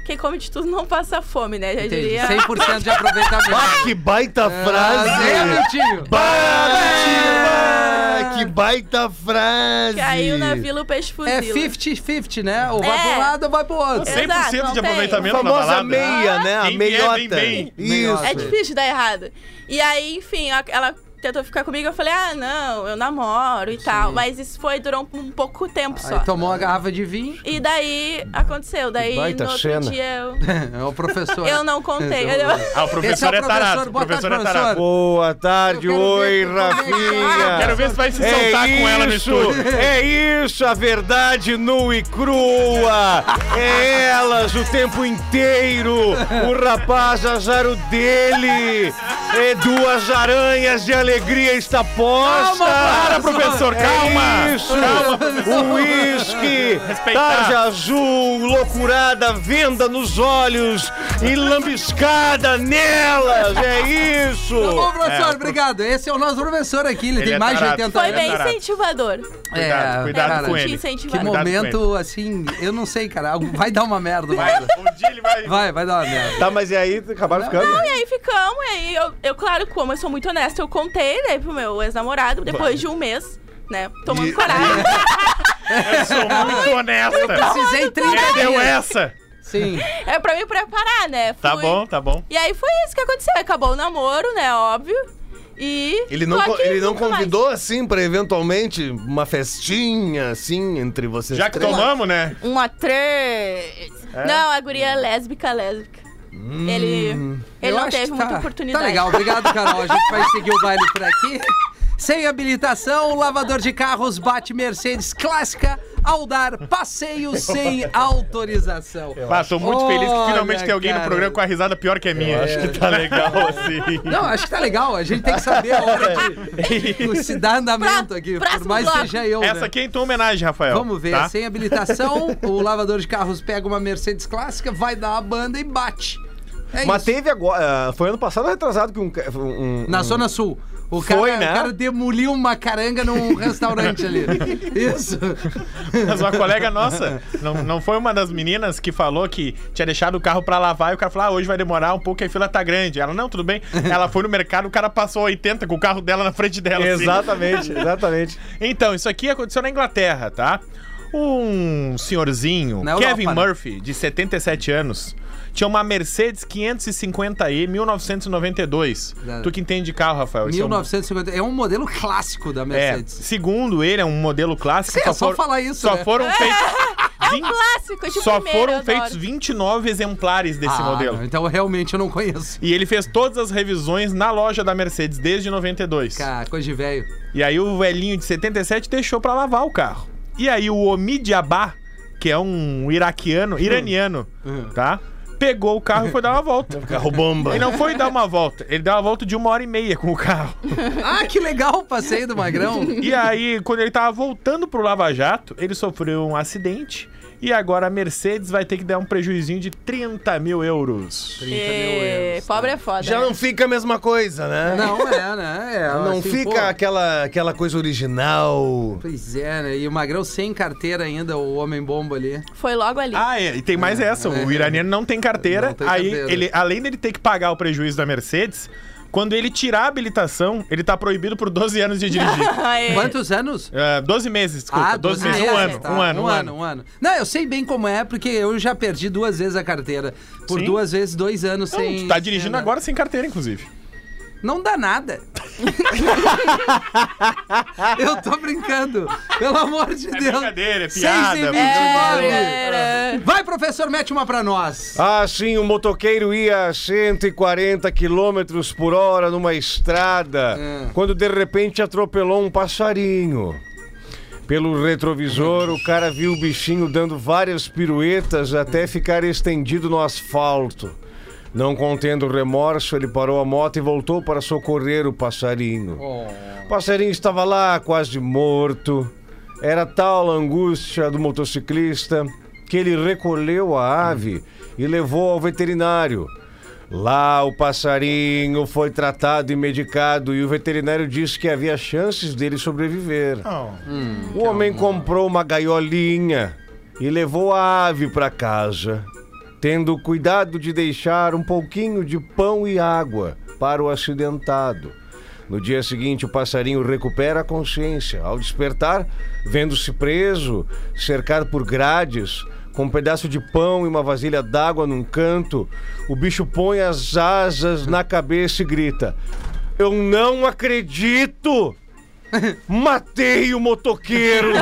Speaker 6: quem come de tudo não passa fome, né? Eu
Speaker 3: Entendi.
Speaker 6: diria.
Speaker 3: 100% de aproveitamento.
Speaker 4: Ah, que baita
Speaker 3: É,
Speaker 4: frase!
Speaker 3: meu tio.
Speaker 4: Bah, que baita frase!
Speaker 6: Caiu na vila o peixe fuzil.
Speaker 3: É 50-50, né? Ou vai
Speaker 6: É.
Speaker 3: pra um lado ou vai pro outro.
Speaker 6: É.
Speaker 5: 100%
Speaker 6: Exato,
Speaker 5: de
Speaker 6: não tem.
Speaker 5: aproveitamento
Speaker 4: A
Speaker 5: na
Speaker 4: famosa
Speaker 5: balada.
Speaker 4: meia, né? A
Speaker 5: Quem vier,
Speaker 4: meiota.
Speaker 5: vem bem.
Speaker 4: Isso.
Speaker 6: É difícil dar errado. E aí, enfim, a- ela tentou ficar comigo, eu falei, ah, não, eu namoro e tal. Mas isso foi, durou um, um pouco tempo
Speaker 4: Ah,
Speaker 6: só.
Speaker 3: Aí
Speaker 4: então
Speaker 3: tomou uma garrafa de vinho.
Speaker 6: E daí aconteceu, daí
Speaker 4: baita
Speaker 6: no outro
Speaker 4: cena.
Speaker 6: dia eu,
Speaker 3: É o professor.
Speaker 6: eu não contei. entendeu?
Speaker 5: Ah, o
Speaker 3: Esse é o
Speaker 5: professor é, tarado.
Speaker 3: professor,
Speaker 5: O
Speaker 3: boa
Speaker 5: professor é
Speaker 3: tarde,
Speaker 5: tarado.
Speaker 4: Boa tarde,
Speaker 3: Eu quero
Speaker 4: oi,
Speaker 3: ver como é que é.
Speaker 4: Rafinha!
Speaker 5: Quero ver se vai se soltar com ela no estúdio.
Speaker 4: É isso, a verdade nua e crua. É elas o tempo inteiro. O rapaz azaro dele. É duas aranhas de alegria está posta.
Speaker 5: Para, professor, calma!
Speaker 4: É isso. Um uísque,
Speaker 5: Respeitar.
Speaker 4: tarja azul, loucurada, venda nos olhos e lambiscada nelas. É isso.
Speaker 3: Tá bom,
Speaker 5: É, o
Speaker 3: professor,
Speaker 5: prof-
Speaker 3: obrigado. Esse é o nosso professor aqui, ele,
Speaker 5: Ele
Speaker 3: tem
Speaker 5: é
Speaker 3: mais de
Speaker 5: tarado.
Speaker 3: 80
Speaker 6: Foi
Speaker 3: anos.
Speaker 6: bem
Speaker 5: barato.
Speaker 6: incentivador.
Speaker 5: Cuidado,
Speaker 3: É,
Speaker 5: cuidado
Speaker 3: cara,
Speaker 5: com
Speaker 6: te
Speaker 5: ele.
Speaker 3: Que
Speaker 6: incentivador.
Speaker 5: Cuidado com
Speaker 3: momento, assim, eu não sei, cara. Algo- Vai dar uma merda. Vai,
Speaker 5: ele. Um dia ele vai...
Speaker 3: vai, vai dar uma merda.
Speaker 4: Tá, mas e aí acabaram ficando?
Speaker 6: E aí ficamos, e aí eu, eu, claro, como eu sou muito honesta, eu contei daí pro meu ex-namorado, depois de um mês, né, tomando coragem.
Speaker 5: Eu sou muito honesta.
Speaker 3: Precisei 30
Speaker 5: Deu
Speaker 3: dias.
Speaker 5: essa.
Speaker 3: Sim.
Speaker 6: É pra me preparar, né?
Speaker 5: Tá
Speaker 6: Fui-
Speaker 5: bom, tá bom.
Speaker 6: E aí foi isso que aconteceu. Acabou o namoro, né? Óbvio. E.
Speaker 4: Ele não,
Speaker 6: tô
Speaker 4: co-
Speaker 6: aqui
Speaker 4: ele não
Speaker 6: nunca mais.
Speaker 4: convidou, assim, pra eventualmente uma festinha, assim, entre vocês
Speaker 5: Já que
Speaker 4: três?
Speaker 5: tomamos, né?
Speaker 6: Um a três. Não, a guria é lésbica, lésbica.
Speaker 4: Hum.
Speaker 6: ele ele não teve muita
Speaker 3: tá,
Speaker 6: oportunidade.
Speaker 3: Tá legal, obrigado, Carol. A gente vai seguir o baile por aqui. Sem habilitação, lavador de carros bate Mercedes clássica ao dar passeio sem autorização.
Speaker 5: Ah, tô muito feliz que finalmente
Speaker 3: Olha,
Speaker 5: tem alguém
Speaker 3: cara.
Speaker 5: no programa com a risada pior que a minha. acho que tá legal assim.
Speaker 3: Não, acho que tá legal. A gente tem que saber a hora de se dar andamento
Speaker 6: Pró-
Speaker 3: aqui. Por
Speaker 6: próximo
Speaker 3: mais que
Speaker 6: bloco.
Speaker 3: seja eu.
Speaker 5: É. Essa
Speaker 3: né?
Speaker 5: aqui é em tua homenagem, Rafael.
Speaker 3: Vamos ver, assim,
Speaker 5: tá?
Speaker 3: sem habilitação, o lavador de carros pega uma Mercedes clássica, vai dar a banda e bate. É
Speaker 4: Mas
Speaker 3: isso.
Speaker 4: teve agora. ah, Foi ano passado ou retrasado que um. ca- um, um-
Speaker 5: Hum.
Speaker 3: Na Zona Sul. O cara,
Speaker 4: Foi, né?
Speaker 3: o cara demoliu uma caranga num restaurante ali. Isso.
Speaker 5: Mas uma colega nossa, não, não foi uma das meninas que falou que tinha deixado o carro pra lavar e o cara falou: ah, hoje vai demorar um pouco e a fila tá grande. Ela, não, tudo bem. Ela foi no mercado, o cara passou 80 com o carro dela na frente dela. assim.
Speaker 4: Exatamente, exatamente.
Speaker 5: Então, isso aqui aconteceu na Inglaterra, tá? Um senhorzinho,
Speaker 3: Na Europa,
Speaker 5: Kevin
Speaker 3: né?
Speaker 5: Murphy, de 77 anos, tinha uma Mercedes 550i 1992.
Speaker 3: Da-
Speaker 5: Tu que entende de carro, Rafael. esse é um-
Speaker 3: 1950. É um modelo clássico da
Speaker 5: É,
Speaker 3: Mercedes.
Speaker 5: segundo ele, é um modelo clássico.
Speaker 3: Sim, é só falar isso,
Speaker 5: Só
Speaker 3: né?
Speaker 5: foram feitos
Speaker 6: É um
Speaker 5: Vinte-
Speaker 6: clássico, é de
Speaker 5: Só
Speaker 6: primeira, eu
Speaker 5: foram
Speaker 6: adoro.
Speaker 5: feitos 29 exemplares desse
Speaker 3: Ah,
Speaker 5: modelo.
Speaker 3: não, então realmente eu não conheço.
Speaker 5: E ele fez todas as revisões na loja da Mercedes desde 92.
Speaker 3: Cara, Ah, coisa de velho.
Speaker 5: E aí o velhinho de 77 deixou pra lavar o carro. E aí o Omid Abá, que é um
Speaker 3: Hum.
Speaker 5: iraquiano, iraniano, tá? Pegou o carro e foi dar uma volta.
Speaker 4: Carro bomba.
Speaker 5: Ele não foi dar uma volta, ele deu uma volta de uma hora e meia com o carro.
Speaker 3: Ah, que legal o passeio do Magrão.
Speaker 6: É,
Speaker 5: E aí, quando ele tava voltando pro Lava Jato, ele sofreu um acidente. E agora a Mercedes vai ter que dar um prejuizinho de 30 mil euros.
Speaker 6: É, Pobre é foda.
Speaker 4: Já
Speaker 6: né?
Speaker 4: não fica a mesma coisa, né?
Speaker 3: Não é, né? É,
Speaker 4: Não
Speaker 3: assim,
Speaker 4: fica
Speaker 3: pô,
Speaker 4: aquela, aquela coisa original.
Speaker 3: Pois é, né? E o Magrão sem carteira ainda, o homem-bomba ali.
Speaker 6: Foi logo ali.
Speaker 5: Ah, é. E tem mais essa. O iraniano não tem carteira.
Speaker 3: Não tem
Speaker 5: aí,
Speaker 3: carteira.
Speaker 5: Ele, além dele ter que pagar o prejuízo da Mercedes, quando ele tirar a habilitação, ele tá proibido por 12 anos de dirigir.
Speaker 6: Ai,
Speaker 3: Quantos anos?
Speaker 5: Ah, 12 meses, desculpa. 12 meses. um, ano,
Speaker 3: tá.
Speaker 5: um ano, um ano,
Speaker 3: um ano. Não, eu sei bem como é, porque eu já perdi duas vezes a carteira. Por
Speaker 5: Sim.
Speaker 3: duas vezes, dois anos
Speaker 5: Não,
Speaker 3: sem.
Speaker 5: tu tá dirigindo
Speaker 3: sem-
Speaker 5: agora sem carteira, inclusive.
Speaker 3: Não dá nada. eu tô brincando. Pelo amor de Deus.
Speaker 5: brincadeira, é
Speaker 3: Seis
Speaker 5: piada,
Speaker 3: e
Speaker 5: é
Speaker 3: vinte e nove.
Speaker 6: Era.
Speaker 3: Vai, professor, mete uma pra nós.
Speaker 4: Ah, sim, o motoqueiro ia a 140 quilômetros por hora numa estrada,
Speaker 3: É.
Speaker 4: quando de repente atropelou um passarinho. Pelo retrovisor, o cara viu o bichinho dando várias piruetas até ficar estendido no asfalto. Não contendo remorso, ele parou a moto e voltou para socorrer o passarinho. O passarinho estava lá, quase morto. Era tal a angústia do motociclista que ele recolheu a ave e levou ao veterinário. Lá o passarinho foi tratado e medicado e o veterinário disse que havia chances dele sobreviver. O homem comprou uma gaiolinha e levou a ave para casa, tendo o cuidado de deixar um pouquinho de pão e água para o acidentado. No dia seguinte, o passarinho recupera a consciência. Ao despertar, vendo-se preso, cercado por grades, com um pedaço de pão e uma vasilha d'água num canto, o bicho põe as asas na cabeça e grita: Eu não acredito! Matei o motoqueiro!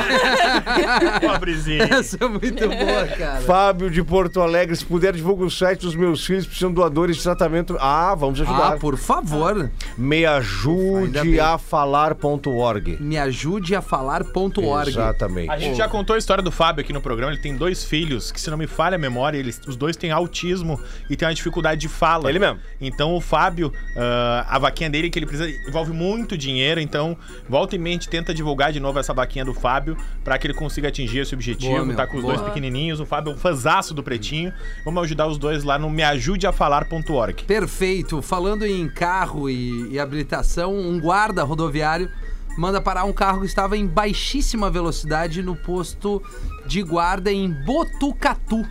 Speaker 5: Pobrezinho.
Speaker 3: Essa é muito boa, cara.
Speaker 4: Fábio de Porto Alegre, se puder divulga o site dos meus filhos, precisam de doadores de tratamento. Ah, vamos ajudar.
Speaker 3: Ah, por favor,
Speaker 4: Me
Speaker 3: Ainda
Speaker 4: ajude
Speaker 3: bem.
Speaker 4: a falar.org.
Speaker 3: me ajude a falar.org.
Speaker 4: Exatamente.
Speaker 5: A gente já contou a história do Fábio aqui no programa. Ele tem dois filhos que, se não me falha a memória, eles, os dois têm autismo e têm uma dificuldade de fala.
Speaker 4: Ele mesmo.
Speaker 5: Então o Fábio, ah, a vaquinha dele que ele precisa envolve muito dinheiro. Então volta em mente, tenta divulgar de novo essa vaquinha do Fábio pra que ele consiga atingir esse objetivo.
Speaker 3: Boa, meu,
Speaker 5: tá com os
Speaker 3: boa.
Speaker 5: dois pequenininhos. O Fábio é um fanzaço do Pretinho. Vamos ajudar os dois lá no meajudeafalar.org.
Speaker 3: Perfeito. Falando em carro e, e habilitação, um guarda rodoviário manda parar um carro que estava em baixíssima velocidade no posto de guarda em Botucatu.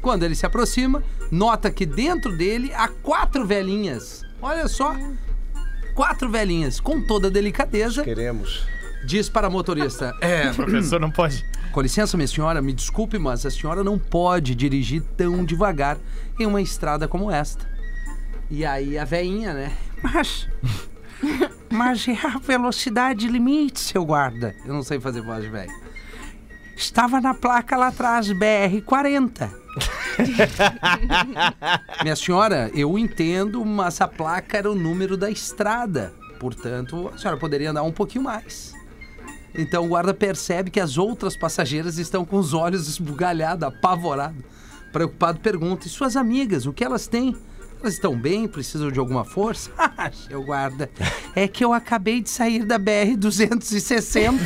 Speaker 3: Quando ele se aproxima, nota que dentro dele há quatro velhinhas. Olha só. Quatro velhinhas, com toda delicadeza,
Speaker 4: Queremos.
Speaker 3: diz para a motorista: É,
Speaker 5: O professor não pode.
Speaker 3: com licença, minha senhora, me desculpe, mas a senhora não pode dirigir tão devagar em uma estrada como esta. E aí a veinha, né? Mas. Mas é a velocidade limite, seu guarda. Eu não sei fazer voz, de velho. Estava na placa lá atrás, BR-40. Minha senhora, eu entendo, mas a placa era o número da estrada. Portanto, a senhora poderia andar um pouquinho mais. Então o guarda percebe que as outras passageiras estão com os olhos esbugalhados, apavorados. Preocupado, pergunta: E suas amigas, o que elas têm? Elas estão bem? Precisam de alguma força? Ah, seu guarda, é que eu acabei de sair da BR-260.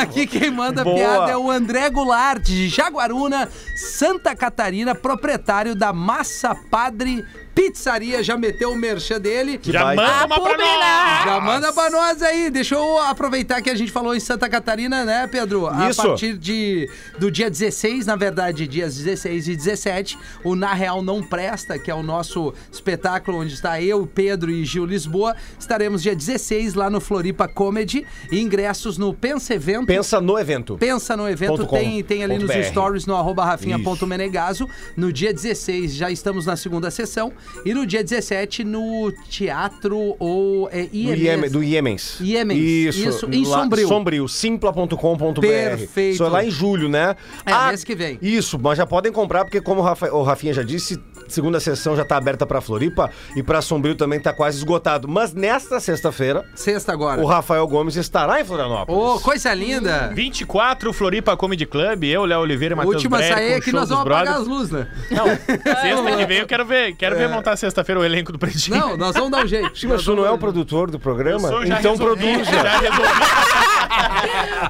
Speaker 3: Aqui quem manda
Speaker 4: Boa.
Speaker 3: piada é o André Goulart, de Jaguaruna, Santa Catarina, proprietário da Massa Padre Pizzaria. Já meteu o merchan dele.
Speaker 5: Já
Speaker 4: baita.
Speaker 5: manda uma pra nós!
Speaker 3: Já manda pra nós aí. Deixa eu aproveitar que a gente falou em Santa Catarina, né, Pedro?
Speaker 4: Isso.
Speaker 3: A partir de, do dia 16, na verdade, dias 16 e 17, o Na Real Não Presta, que é o nosso espetáculo onde está eu, Pedro e Gil Lisboa. Estaremos dia 16 lá no Floripa Comedy. E ingressos no Pensa Evento.
Speaker 4: Pensa no evento.
Speaker 3: Pensa no evento,
Speaker 4: Ponto com.
Speaker 3: tem, tem ali
Speaker 4: Ponto
Speaker 3: nos
Speaker 4: BR.
Speaker 3: stories no arroba rafinha.menegaso. No dia 16 já estamos na segunda sessão e no dia 17 no teatro ou é,
Speaker 4: Do
Speaker 3: IMS.
Speaker 4: Iemens. Do Iemens.
Speaker 3: Iemens.
Speaker 4: Isso.
Speaker 3: Isso, em
Speaker 4: lá-
Speaker 3: Sombrio.
Speaker 4: Sombrio. Simpla.com.br.
Speaker 3: Perfeito.
Speaker 4: Isso é lá em julho, né?
Speaker 3: É, mês que vem.
Speaker 4: Isso, mas já podem comprar, porque como o, Rafa- o Rafinha já disse, segunda sessão já tá aberta pra Floripa e pra Sombrio também tá quase esgotado. Mas nesta sexta-feira,
Speaker 3: Sexta agora.
Speaker 4: o Rafael Gomes estará em Florianópolis.
Speaker 3: Ô, coisa linda!
Speaker 5: 24, Floripa Comedy Club, eu, Léo Oliveira e Matheus
Speaker 3: Última
Speaker 5: Breyer,
Speaker 3: sair
Speaker 5: com
Speaker 3: é que
Speaker 5: show
Speaker 3: nós
Speaker 5: dos
Speaker 3: vamos apagar as
Speaker 5: brothers.
Speaker 3: luzes, né?
Speaker 5: Não, sexta que vem eu quero ver. Quero ver montar sexta-feira o elenco do Pretinho.
Speaker 3: É. Não, nós vamos dar um jeito.
Speaker 4: Sim, mas
Speaker 3: Nós
Speaker 4: tu não
Speaker 3: vamos dar
Speaker 4: é o
Speaker 3: um jeito.
Speaker 4: produtor do
Speaker 5: Eu
Speaker 4: programa?
Speaker 5: sou- já
Speaker 4: Então
Speaker 5: resolvi,
Speaker 4: produza.
Speaker 5: Já resolvi.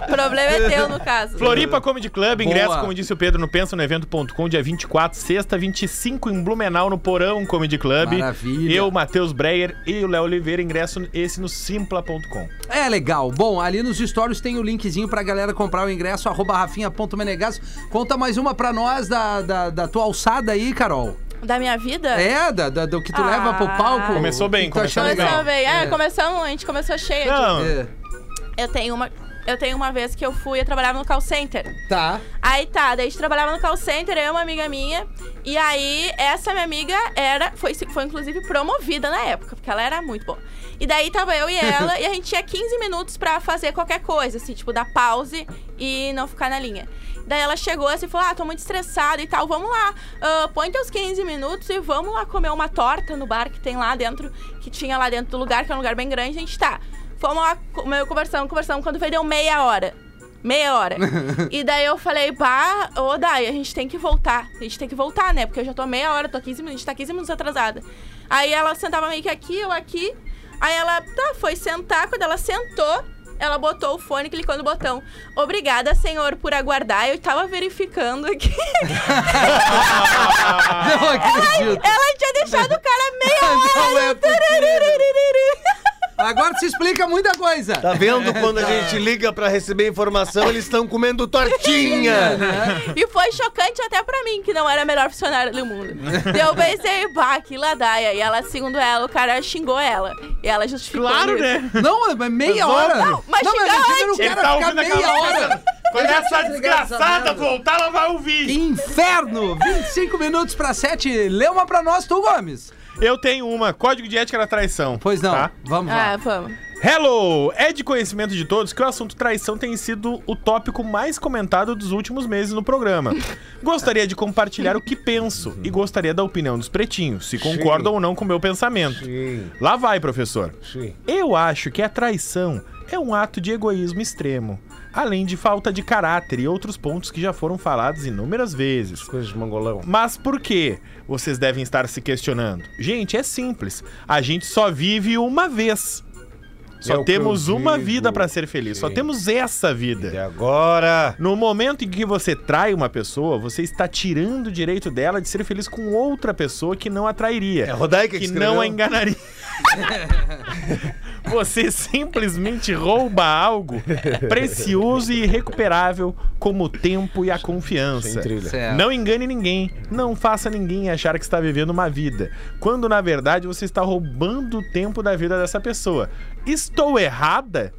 Speaker 6: O problema é teu, no caso.
Speaker 5: Floripa Comedy Club, ingresso,
Speaker 3: Boa.
Speaker 5: como disse o Pedro, no pensa no evento.com, dia 24, sexta, 25, em Blumenau, no Porão Comedy Club.
Speaker 3: Maravilha.
Speaker 5: Eu, Matheus Breyer e o Léo Oliveira, ingresso esse no simpla.com.
Speaker 3: É legal. Bom, ali nos stories tem o linkzinho pra galera comprar o ingresso, arroba rafinha.menegasso. Conta mais uma pra nós da, da, da tua alçada aí, Carol.
Speaker 6: Da minha vida?
Speaker 3: É, da, da- do que tu
Speaker 6: Ah.
Speaker 3: leva pro palco.
Speaker 5: Começou bem,
Speaker 3: Que tu achou
Speaker 5: começou legal.
Speaker 6: Começou bem. É, começamos, a gente começou cheia.
Speaker 5: Não,
Speaker 3: É,
Speaker 6: Eu tenho uma. Eu tenho uma vez que eu fui, eu trabalhava no call center.
Speaker 3: tá.
Speaker 6: Aí tá, daí a gente trabalhava no call center, eu e uma amiga minha. E aí, essa minha amiga era. Foi, foi inclusive promovida na época, porque ela era muito boa. E daí tava eu e ela, e a gente tinha 15 minutos pra fazer qualquer coisa, assim, tipo, dar pause e não ficar na linha. Daí ela chegou assim e falou: Ah, tô muito estressada e tal, vamos lá. ah, põe teus 15 minutos e vamos lá comer uma torta no bar que tem lá dentro, que tinha lá dentro do lugar, que é um lugar bem grande, a gente tá. Fomos lá, comeu, conversamos, conversamos, quando veio deu meia hora. Meia hora. e daí eu falei, pá, ô Dai, a gente tem que voltar. A gente tem que voltar, né? Porque eu já tô meia hora, tô 15 minutos, a gente tá 15 minutos atrasada. Aí ela sentava meio que aqui, eu aqui. Aí ela, tá, foi sentar. Quando ela sentou, ela botou o fone, clicou no botão. Obrigada, senhor, por aguardar. Eu tava verificando aqui.
Speaker 5: Ah.
Speaker 3: não acredito.
Speaker 6: ela tinha deixado o cara meia hora.
Speaker 3: Não é
Speaker 6: Tarararararara.
Speaker 3: Agora se explica muita coisa.
Speaker 4: Tá vendo quando a gente liga pra receber informação, eles estão comendo tortinha.
Speaker 6: E foi chocante até pra mim, que não era a melhor funcionária do mundo. Daí eu pensei, bah, que ladaia. E ela, segundo ela, o cara xingou ela. E ela justificou.
Speaker 5: claro,
Speaker 6: isso.
Speaker 5: né?
Speaker 3: Não, é meia hora.
Speaker 6: Não, mas
Speaker 3: eu
Speaker 6: chegar
Speaker 3: digo no
Speaker 6: antes.
Speaker 3: cara
Speaker 5: Ele tá
Speaker 3: ficar
Speaker 5: ouvindo
Speaker 3: meia
Speaker 5: aquela
Speaker 3: hora.
Speaker 5: hora. Quando é essa
Speaker 3: desligar essa
Speaker 5: desgraçada
Speaker 3: merda.
Speaker 5: voltar, ela vai ouvir.
Speaker 3: Que Inferno! 25 minutos pra 7. Lê uma pra nós, tu, Gomes.
Speaker 5: Eu tenho uma, código de ética da traição.
Speaker 3: Pois não,
Speaker 5: tá?
Speaker 3: vamos lá.
Speaker 6: Ah, vamos.
Speaker 5: Hello! É de conhecimento de todos que o assunto traição tem sido o tópico mais comentado dos últimos meses no programa. Gostaria de compartilhar o que penso e gostaria da opinião dos pretinhos, se concordam ou não com o meu pensamento.
Speaker 4: Sim.
Speaker 5: Lá vai, professor.
Speaker 4: Sim.
Speaker 5: Eu acho que a traição é um ato de egoísmo extremo, além de falta de caráter e outros pontos que já foram falados inúmeras vezes.
Speaker 4: Coisas de mangolão.
Speaker 5: Mas por que vocês devem estar se questionando? Gente, é simples. A gente só vive uma vez. Só
Speaker 4: É o que
Speaker 5: temos
Speaker 4: eu
Speaker 5: uma
Speaker 4: digo.
Speaker 5: vida pra ser feliz. Só
Speaker 4: Sim.
Speaker 5: temos essa
Speaker 4: E
Speaker 5: vida.
Speaker 4: agora?
Speaker 5: No momento em que você trai uma pessoa, você está tirando o direito dela de ser feliz com outra pessoa que não a trairia.
Speaker 4: É a Rodaica que
Speaker 5: que
Speaker 4: escreveu?
Speaker 5: não a enganaria. Você simplesmente rouba algo precioso e irrecuperável, como o tempo e a confiança.
Speaker 4: Sem trilha.
Speaker 6: É.
Speaker 3: Certo.
Speaker 5: Não engane ninguém, não faça ninguém achar que está vivendo uma vida, quando na verdade você está roubando o tempo da vida dessa pessoa. Estou errada?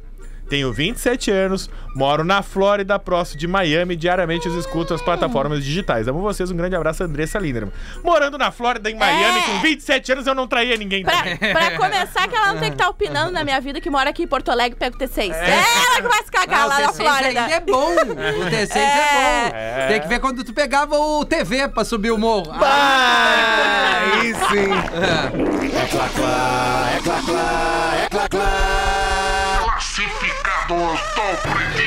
Speaker 5: Tenho 27 anos, moro na Flórida, próximo de Miami, e diariamente os escuto nas plataformas digitais. Amo vocês, um grande abraço, Andressa Linderman. Morando na Flórida, em Miami,
Speaker 6: É.
Speaker 5: com 27 anos, eu não traía ninguém.
Speaker 6: Pra,
Speaker 5: também.
Speaker 6: pra começar, que ela não tem que estar opinando na minha vida, que mora aqui em Porto Alegre, pega o T6. É, ela que vai se cagar
Speaker 3: Ah,
Speaker 6: lá
Speaker 3: o
Speaker 6: na
Speaker 3: T6
Speaker 6: Flórida.
Speaker 3: ainda é bom. O T6 é,
Speaker 6: É.
Speaker 3: bom. Tem que ver quando tu pegava o TV pra subir o morro.
Speaker 4: Ah, aí sim.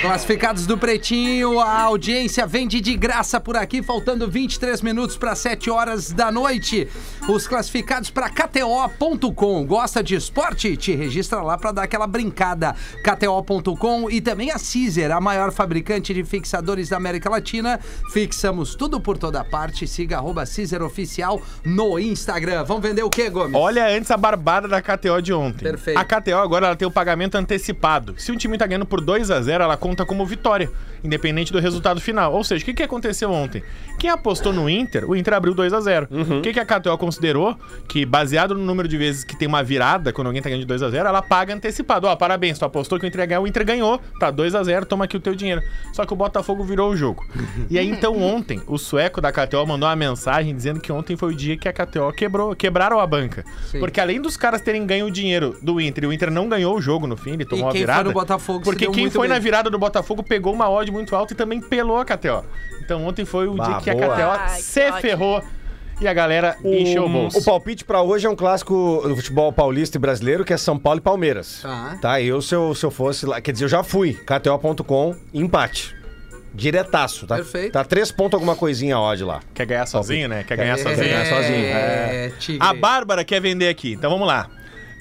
Speaker 3: Classificados do Pretinho, a audiência vende de graça por aqui, faltando 23 minutos para 7 horas da noite. Os classificados para KTO.com. Gosta de esporte? Te registra lá para dar aquela brincada. KTO.com e também a Caesar, a maior fabricante de fixadores da América Latina. Fixamos tudo por toda parte. Siga arroba Caesar Oficial no Instagram. Vamos vender o que, Gomes?
Speaker 5: Olha antes a barbada da KTO de ontem.
Speaker 3: Perfeito.
Speaker 5: A KTO agora ela tem o pagamento antecipado. Se um time tá ganhando por 2 a 0 ela conta como vitória. independente do resultado final. Ou seja, o que, que aconteceu ontem? Quem apostou no Inter, o Inter abriu 2 a 0 O que, que a KTO considerou? Que baseado no número de vezes que tem uma virada, quando alguém tá ganhando de 2 a 0 ela paga antecipado. Ó, parabéns, tu apostou que o Inter ia ganhar, o Inter ganhou, tá 2 a 0 toma aqui o teu dinheiro. Só que o Botafogo virou o jogo. E aí, então, ontem, o sueco da KTO mandou uma mensagem dizendo que ontem foi o dia que a KTO quebrou, quebraram a banca.
Speaker 3: Sim.
Speaker 5: Porque além dos caras terem ganho o dinheiro do Inter, e o Inter não ganhou o jogo no fim, ele tomou
Speaker 3: quem
Speaker 5: a
Speaker 3: foi
Speaker 5: virada.
Speaker 3: no Botafogo se
Speaker 5: Porque
Speaker 3: deu
Speaker 5: quem
Speaker 3: muito
Speaker 5: foi na
Speaker 3: bem.
Speaker 5: virada do Botafogo pegou uma odd muito alta e também pelou a KTO. Então ontem foi o
Speaker 4: Bah,
Speaker 5: dia que a
Speaker 4: boa.
Speaker 5: KTO
Speaker 6: Ai, que
Speaker 5: se
Speaker 6: ótimo.
Speaker 5: ferrou e a galera encheu o bolso.
Speaker 4: O palpite pra hoje é um clássico do futebol paulista e brasileiro, que é São Paulo e Palmeiras.
Speaker 3: Tá.
Speaker 4: Tá, eu se eu, se eu fosse lá, quer dizer, eu já fui, kto.com, empate. Diretaço, tá?
Speaker 3: Perfeito.
Speaker 4: Tá três pontos alguma coisinha a odd lá.
Speaker 5: Quer ganhar sozinho, né? Quer ganhar
Speaker 4: É.
Speaker 5: sozinho.
Speaker 4: ganhar sozinho.
Speaker 3: É, tigre.
Speaker 5: A Bárbara quer vender aqui, então vamos lá.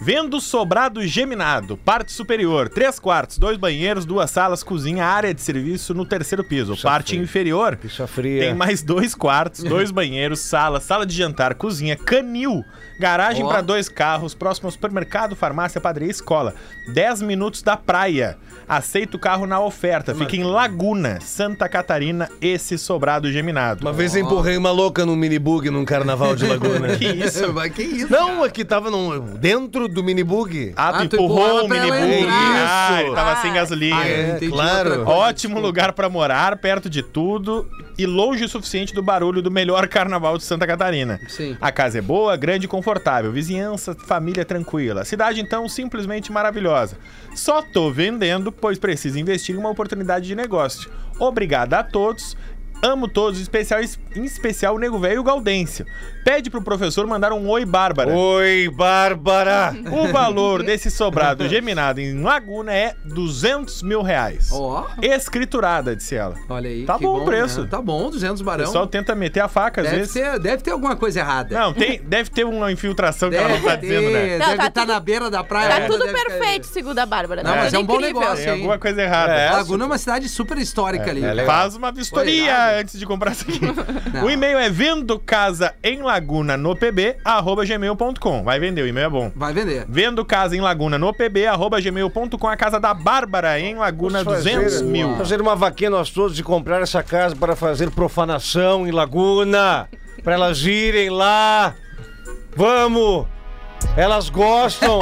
Speaker 5: Vendo sobrado geminado, parte superior, três quartos, dois banheiros, duas salas, cozinha, área de serviço no terceiro piso. parte
Speaker 4: fria.
Speaker 5: inferior,
Speaker 4: Bicha fria.
Speaker 3: É.
Speaker 5: tem mais dois quartos, dois banheiros, sala, sala de jantar, cozinha, canil, garagem
Speaker 3: Ó.
Speaker 5: para dois carros, próximo ao supermercado, farmácia, padaria e escola. 10 minutos da praia. Aceita o carro na oferta. Fica em Laguna, Santa Catarina, esse sobrado geminado.
Speaker 7: Uma vez eu empurrei uma louca num minibug num carnaval de Laguna.
Speaker 5: Que isso?
Speaker 3: Mas que isso?
Speaker 7: Não, aqui tava num, dentro do minibug.
Speaker 5: Ah, tu
Speaker 3: Ah, tu
Speaker 5: empurrou
Speaker 3: empurrava
Speaker 5: o
Speaker 3: pra ela
Speaker 5: minibug.
Speaker 3: entrar.
Speaker 5: Ah, ele tava
Speaker 6: Ah.
Speaker 5: sem gasolina.
Speaker 3: Ah, eu entendi
Speaker 7: claro.
Speaker 3: outra coisa.
Speaker 5: Ótimo lugar pra morar, perto de tudo e longe o suficiente do barulho do melhor carnaval de Santa Catarina.
Speaker 3: Sim.
Speaker 5: A casa é boa, grande e confortável, vizinhança, família tranquila. Cidade então simplesmente maravilhosa. Só tô vendendo, pois preciso investir em uma oportunidade de negócio. Obrigado a todos. Amo todos, em especial, em especial o Nego Velho e o Gaudêncio. Pede pro professor mandar um oi, Bárbara.
Speaker 4: Oi, Bárbara!
Speaker 5: O valor desse sobrado geminado em Laguna é 200 mil reais.
Speaker 3: Ó.
Speaker 5: Escriturada, disse ela.
Speaker 3: Olha aí.
Speaker 5: Tá
Speaker 3: que
Speaker 5: bom o preço.
Speaker 3: né? Tá bom, 200
Speaker 5: O
Speaker 3: barão.
Speaker 5: pessoal tenta meter a faca às
Speaker 3: deve,
Speaker 5: vezes.
Speaker 3: ter, deve ter alguma coisa errada.
Speaker 5: Não, tem, deve ter uma infiltração que ela
Speaker 3: deve
Speaker 5: não tá
Speaker 3: ter,
Speaker 5: dizendo, né?
Speaker 6: Não,
Speaker 3: deve
Speaker 6: tá
Speaker 3: estar
Speaker 6: tudo-
Speaker 3: na beira da praia.
Speaker 6: Tá
Speaker 3: ainda
Speaker 6: tudo
Speaker 3: deve ter-
Speaker 6: perfeito, segundo a Bárbara.
Speaker 3: Não,
Speaker 6: Tá
Speaker 3: mas
Speaker 6: tudo
Speaker 3: é um bom
Speaker 6: incrível.
Speaker 3: negócio,
Speaker 5: Tem
Speaker 3: hein?
Speaker 5: alguma coisa errada.
Speaker 3: Laguna é uma cidade super histórica ali.
Speaker 4: é legal.
Speaker 5: Faz uma vistoria
Speaker 3: Foi
Speaker 5: antes de comprar isso aqui.
Speaker 3: Não.
Speaker 5: O e-mail é vendo casa em Laguna no pb, arroba gmail.com. Vai vender, o e-mail é bom.
Speaker 3: Vai vender.
Speaker 5: Vendo casa em Laguna no pb, arroba gmail.com. A casa da Bárbara em Laguna, 200 mil.
Speaker 4: Fazer uma vaquinha nós todos de comprar essa casa para fazer profanação em Laguna. Para elas irem lá. Vamos! Elas gostam.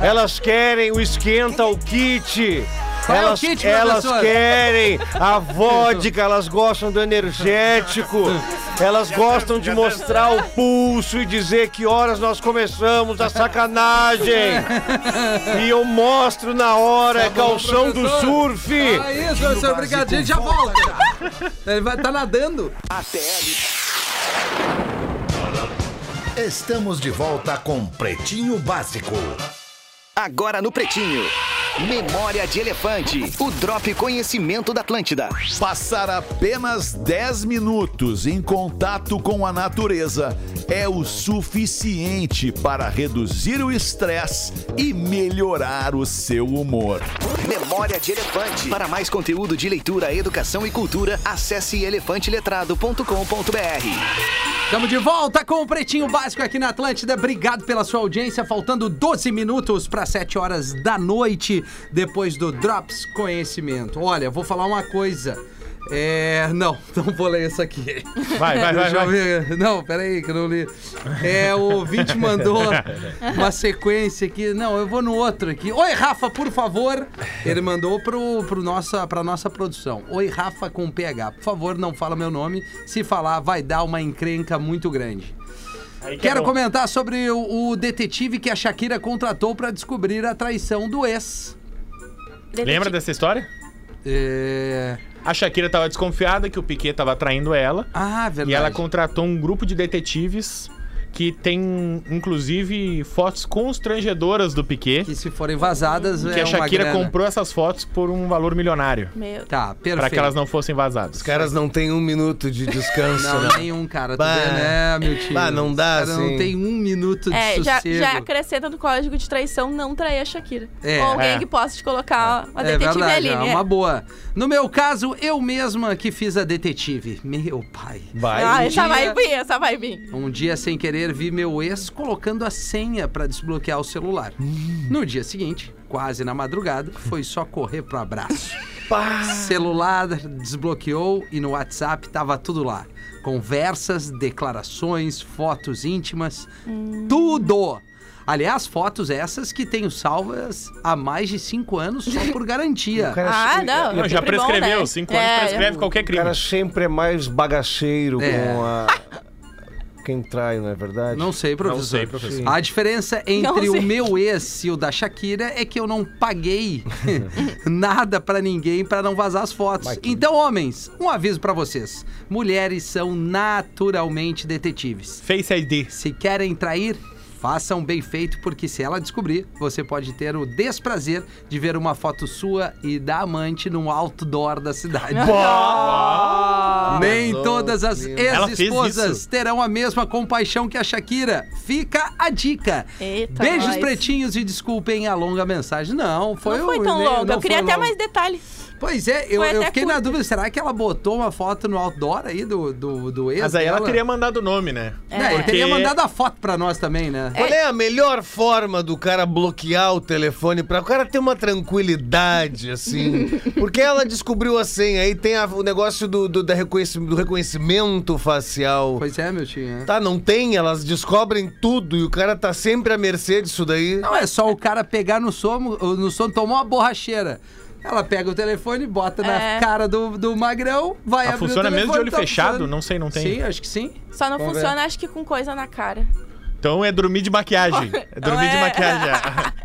Speaker 4: elas querem o esquenta, o kit.
Speaker 3: Qual é o
Speaker 4: elas
Speaker 3: kit,
Speaker 4: elas
Speaker 3: professor?
Speaker 4: querem a vodka, elas gostam do energético. Elas gostam de mostrar o pulso e dizer que horas nós começamos a sacanagem. E eu mostro na
Speaker 7: Tá
Speaker 4: hora, calção do
Speaker 3: professor.
Speaker 4: surf.
Speaker 3: Ah, isso, professor. Obrigado. A gente já volta. Ele vai tá nadando.
Speaker 1: Estamos de volta com Pretinho Básico.
Speaker 8: Agora no Pretinho. Memória de Elefante. O Drop Conhecimento da Atlântida.
Speaker 1: Passar apenas 10 minutos em contato com a natureza é o suficiente para reduzir o estresse e melhorar o seu humor.
Speaker 8: Memória de Elefante. Para mais conteúdo de leitura, educação e cultura, acesse elefanteletrado.com.br.
Speaker 3: Estamos de volta com o Pretinho Básico aqui na Atlântida. Obrigado pela sua audiência. Faltando 12 minutos para 7 horas da noite, depois do Drops Conhecimento. Olha, vou falar uma coisa. É. Não, não vou ler isso aqui.
Speaker 5: Vai, vai, vai,
Speaker 3: Deixa eu
Speaker 5: vai.
Speaker 3: ver. Não, peraí, que eu não li. É, o ouvinte mandou uma sequência aqui. Não, eu vou no outro aqui. Oi, Rafa, por favor. Ele mandou pro, pro nossa, pra nossa produção. Oi, Rafa com PH. Por favor, não fala meu nome. Se falar, vai dar uma encrenca muito grande. Quero
Speaker 5: é
Speaker 3: comentar sobre o, o detetive que a Shakira contratou para descobrir a traição do ex.
Speaker 5: Lembra dessa história?
Speaker 3: É...
Speaker 5: A Shakira tava desconfiada que o Piquet tava traindo ela.
Speaker 3: Ah, verdade.
Speaker 5: E ela contratou um grupo de detetives que tem, inclusive, fotos constrangedoras do Piquet.
Speaker 3: Que se forem vazadas,
Speaker 5: Que
Speaker 3: é
Speaker 5: a Shakira
Speaker 3: uma grana.
Speaker 5: comprou essas fotos por um valor milionário.
Speaker 6: Meu
Speaker 3: Tá, perfeito.
Speaker 5: Pra que elas não fossem vazadas.
Speaker 7: Os caras não têm um minuto de descanso,
Speaker 3: Não,
Speaker 7: né?
Speaker 3: nenhum, cara.
Speaker 7: Bah.
Speaker 3: Tá vendo? É, meu tio.
Speaker 7: Bah, não dá,
Speaker 3: Os caras não
Speaker 7: assim.
Speaker 3: tem um minuto de
Speaker 6: É, já,
Speaker 3: sossego.
Speaker 6: já acrescenta no código de traição não trair a Shakira.
Speaker 3: É.
Speaker 6: Ou alguém
Speaker 5: É.
Speaker 6: que possa te colocar uma
Speaker 3: É
Speaker 6: detetive
Speaker 3: verdade,
Speaker 6: ali,
Speaker 3: é
Speaker 6: né?
Speaker 3: uma boa. No meu caso, eu mesma que fiz a detetive. Meu pai.
Speaker 7: um
Speaker 6: Ah, essa Ah, vai vir, essa vai vir.
Speaker 3: Um dia, sem querer, querer vi meu ex colocando a senha para desbloquear o celular. No dia seguinte, quase na madrugada, foi só correr pro abraço. Celular desbloqueou e no WhatsApp tava tudo lá. Conversas, declarações, fotos íntimas, tudo! Aliás, fotos essas que tenho salvas há mais de cinco anos só por garantia.
Speaker 6: Ah, não.
Speaker 5: Não, já
Speaker 6: sempre bom,
Speaker 5: prescreveu.
Speaker 6: né?
Speaker 5: Cinco anos
Speaker 6: É,
Speaker 5: prescreve qualquer
Speaker 4: O
Speaker 5: crime.
Speaker 4: cara sempre é mais bagaceiro
Speaker 3: É.
Speaker 4: com a... Quem trai, não é verdade?
Speaker 3: Não sei, professor.
Speaker 5: Não sei, professor.
Speaker 3: A diferença
Speaker 6: Não
Speaker 3: entre
Speaker 6: sei.
Speaker 3: o meu ex e o da Shakira é que eu não paguei nada pra ninguém pra não vazar as fotos. Então, homens, um aviso pra vocês. Mulheres são naturalmente detetives.
Speaker 5: Face ID.
Speaker 3: Se querem trair, façam bem feito, porque se ela descobrir, você pode ter o desprazer de ver uma foto sua e da amante num outdoor da cidade. Nem todas as
Speaker 5: Ela fez
Speaker 3: ex-esposas
Speaker 5: isso?
Speaker 3: terão a mesma compaixão que a Shakira. Fica a dica.
Speaker 6: Eita,
Speaker 3: Beijos
Speaker 6: nós.
Speaker 3: pretinhos e desculpem a longa mensagem. Não, foi
Speaker 6: não foi
Speaker 3: um
Speaker 6: tão
Speaker 3: e-mail,
Speaker 6: longo.
Speaker 3: não
Speaker 6: Eu queria
Speaker 3: foi
Speaker 6: até
Speaker 3: longo.
Speaker 6: mais detalhe.
Speaker 3: Pois é, eu,
Speaker 6: Foi
Speaker 3: eu
Speaker 6: até
Speaker 3: fiquei na
Speaker 6: curto.
Speaker 3: dúvida. Será que ela botou uma foto no outdoor aí do, do, do ex?
Speaker 5: Mas aí ela
Speaker 3: dela?
Speaker 5: teria mandado o nome, né?
Speaker 3: É, ela teria
Speaker 5: Porque-
Speaker 3: mandado a foto pra nós também, né?
Speaker 7: Qual é a melhor forma do cara bloquear o telefone pra o cara ter uma tranquilidade, assim? Porque ela descobriu a senha, aí tem a- o negócio do, do, da reconheci- do reconhecimento facial.
Speaker 3: Pois é, meu tio.
Speaker 7: Tá, não tem, elas descobrem tudo e o cara tá sempre à mercê disso daí.
Speaker 3: Não é só o cara pegar no sono, no sono tomar uma borracheira. Ela pega o telefone, bota na
Speaker 6: É.
Speaker 3: cara do, do magrão, vai
Speaker 5: Ah,
Speaker 3: abrir
Speaker 5: funciona
Speaker 3: o telefone.
Speaker 5: mesmo de olho
Speaker 3: tá
Speaker 5: fechado?
Speaker 3: funcionando.
Speaker 5: Não sei, não tem.
Speaker 3: Sim, acho que sim.
Speaker 6: Só não
Speaker 7: Vamos ver.
Speaker 6: funciona, acho que com coisa na cara.
Speaker 5: Então é dormir de maquiagem. É
Speaker 6: Então
Speaker 5: dormir de
Speaker 6: é.
Speaker 5: maquiagem.